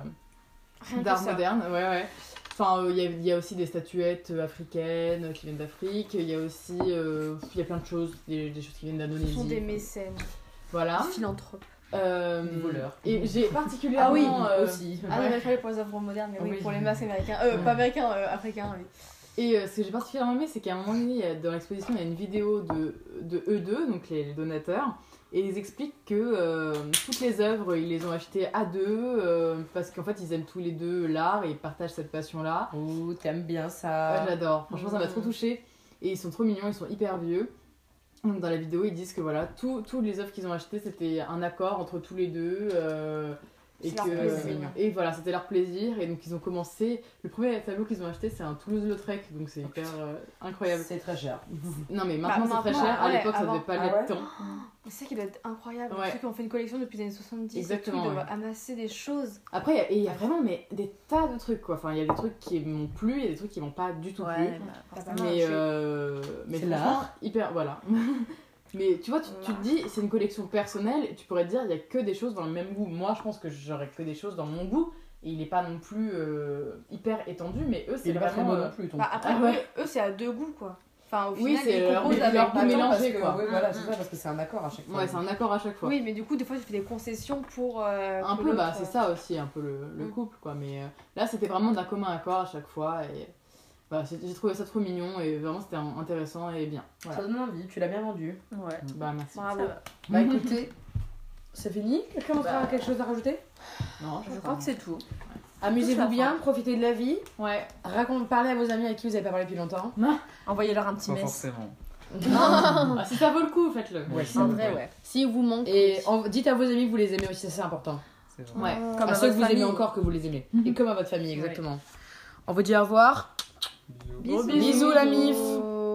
F: Rien que
D: d'art
F: ça.
D: moderne. Ouais, ouais. Enfin, euh, il y, a- il y a aussi des statuettes euh, africaines qui viennent d'Afrique. Il y a aussi euh, il y a plein de choses, des, des choses qui viennent
F: Ce sont des
D: d'Indonésie.
F: mécènes,
D: Voilà.
F: des philanthropes.
D: Euh,
A: Des voleurs.
D: Et j'ai particulièrement.
A: Ah oui,
D: euh,
A: aussi.
F: Ah non,
D: Ouais.
F: mais pas pour les œuvres modernes, mais oui,
A: Oui.
F: pour les masques américains. Euh, pas américains, euh, africains, oui.
D: Et euh, ce que j'ai particulièrement aimé, c'est qu'à un moment donné, il y a- dans l'exposition, il y a une vidéo de, de eux deux, donc les, les donateurs, et ils expliquent que euh, toutes les œuvres, ils les ont achetées à deux, euh, parce qu'en fait, ils aiment tous les deux l'art et ils partagent cette passion-là.
A: Oh, t'aimes bien
D: Ouais,
F: Euh,
A: ça.
D: J'adore, franchement, ça m'a trop touché. Et ils sont trop mignons, ils sont hyper vieux. Donc, Dans la vidéo, ils disent que voilà, tout- toutes les œuvres qu'ils ont achetées, c'était un accord entre tous les deux. euh, et,
F: C'est leur
D: que,
F: plaisir.
D: et voilà, c'était leur plaisir. Et donc, ils ont commencé. Le premier tableau qu'ils ont acheté, c'est un Toulouse-Lautrec. Donc, c'est hyper euh, incroyable.
A: C'est très cher.
D: Non mais maintenant
F: Oh, Bah,
D: c'est très
F: maintenant,
D: cher, à
F: ouais, Ah,
D: l'époque ça
F: avant.
D: devait pas
A: Ah
D: l'être
A: ouais
D: tant.
F: Mais c'est ça qui doit être incroyable.
D: Ouais.
F: Ceux qui ont fait une collection depuis les années 70,
D: Exactement,
F: et tout, ils
D: ouais.
F: doivent amasser des choses.
D: Après il y a- et il y, a vraiment mais des tas de trucs quoi. Enfin il y a des trucs qui m'ont plu, il y a des trucs qui m'ont pas du tout plu.
B: bah,
D: Mais euh, mais
A: C'est
D: franchement
A: l'art.
D: hyper voilà. mais tu vois tu, tu te dis c'est une collection personnelle, et tu pourrais te dire il y a que des choses dans le même goût. Moi je pense que j'aurais que des choses dans mon goût et il est pas non plus euh, hyper étendu mais eux c'est
A: Il est pas très
D: vraiment
A: beau
D: euh,
A: non plus, ton
F: Bah, après,
D: Ah ouais.
F: eux, eux, c'est à deux goûts, quoi. Enfin, au
D: Oui,
F: final,
D: c'est
F: ils
D: leur
F: composent
D: goût-
F: avec
D: leur goût
F: Attends,
D: mélange.
A: parce
D: mélangé,
A: que,
D: quoi.
A: ouais, voilà, c'est ça, parce que c'est un accord à chaque fois.
D: Ouais, c'est un accord à chaque fois.
F: Oui, mais du coup, des fois, tu fais des concessions pour. euh,
D: Un
F: que
D: peu, bah,
F: l'autre,
D: c'est
F: euh,
D: ça aussi, un peu le, le
F: Mm.
D: couple, quoi. Mais euh, là, c'était vraiment d'un commun accord à chaque fois. Et bah, c'est- j'ai trouvé ça trop mignon et vraiment, c'était un- intéressant et bien. Voilà.
A: Ça donne envie, tu l'as bien vendu.
B: Ouais.
D: Bah, merci.
F: Bravo.
A: Bah écoutez, c'est fini. Quelqu'un d'autre a quelque chose à rajouter
D: Non,
B: Je crois que c'est tout. Touche la
A: Amusez-vous bien, profitez de la vie.
D: Ouais.
A: Raconte, parlez à vos amis à qui vous n'avez pas parlé depuis longtemps.
B: Envoyez-leur un petit
E: Pas
B: mess.
E: forcément.
D: Ah, si ça vaut le coup, faites-le.
E: Ouais,
B: En vrai, ouais.
F: Si vous manque.
A: Et en- dites à vos amis que vous les aimez aussi, ça, c'est important.
E: C'est vrai.
D: Ouais.
B: Comme
A: à
B: à
A: ceux que
B: votre
A: vous
B: famille.
A: aimez
B: Mhm.
A: encore que vous les aimez. Et comme à votre famille, exactement.
B: On vous dit au revoir.
E: Bisous.
A: Bisous la mif
F: Oh.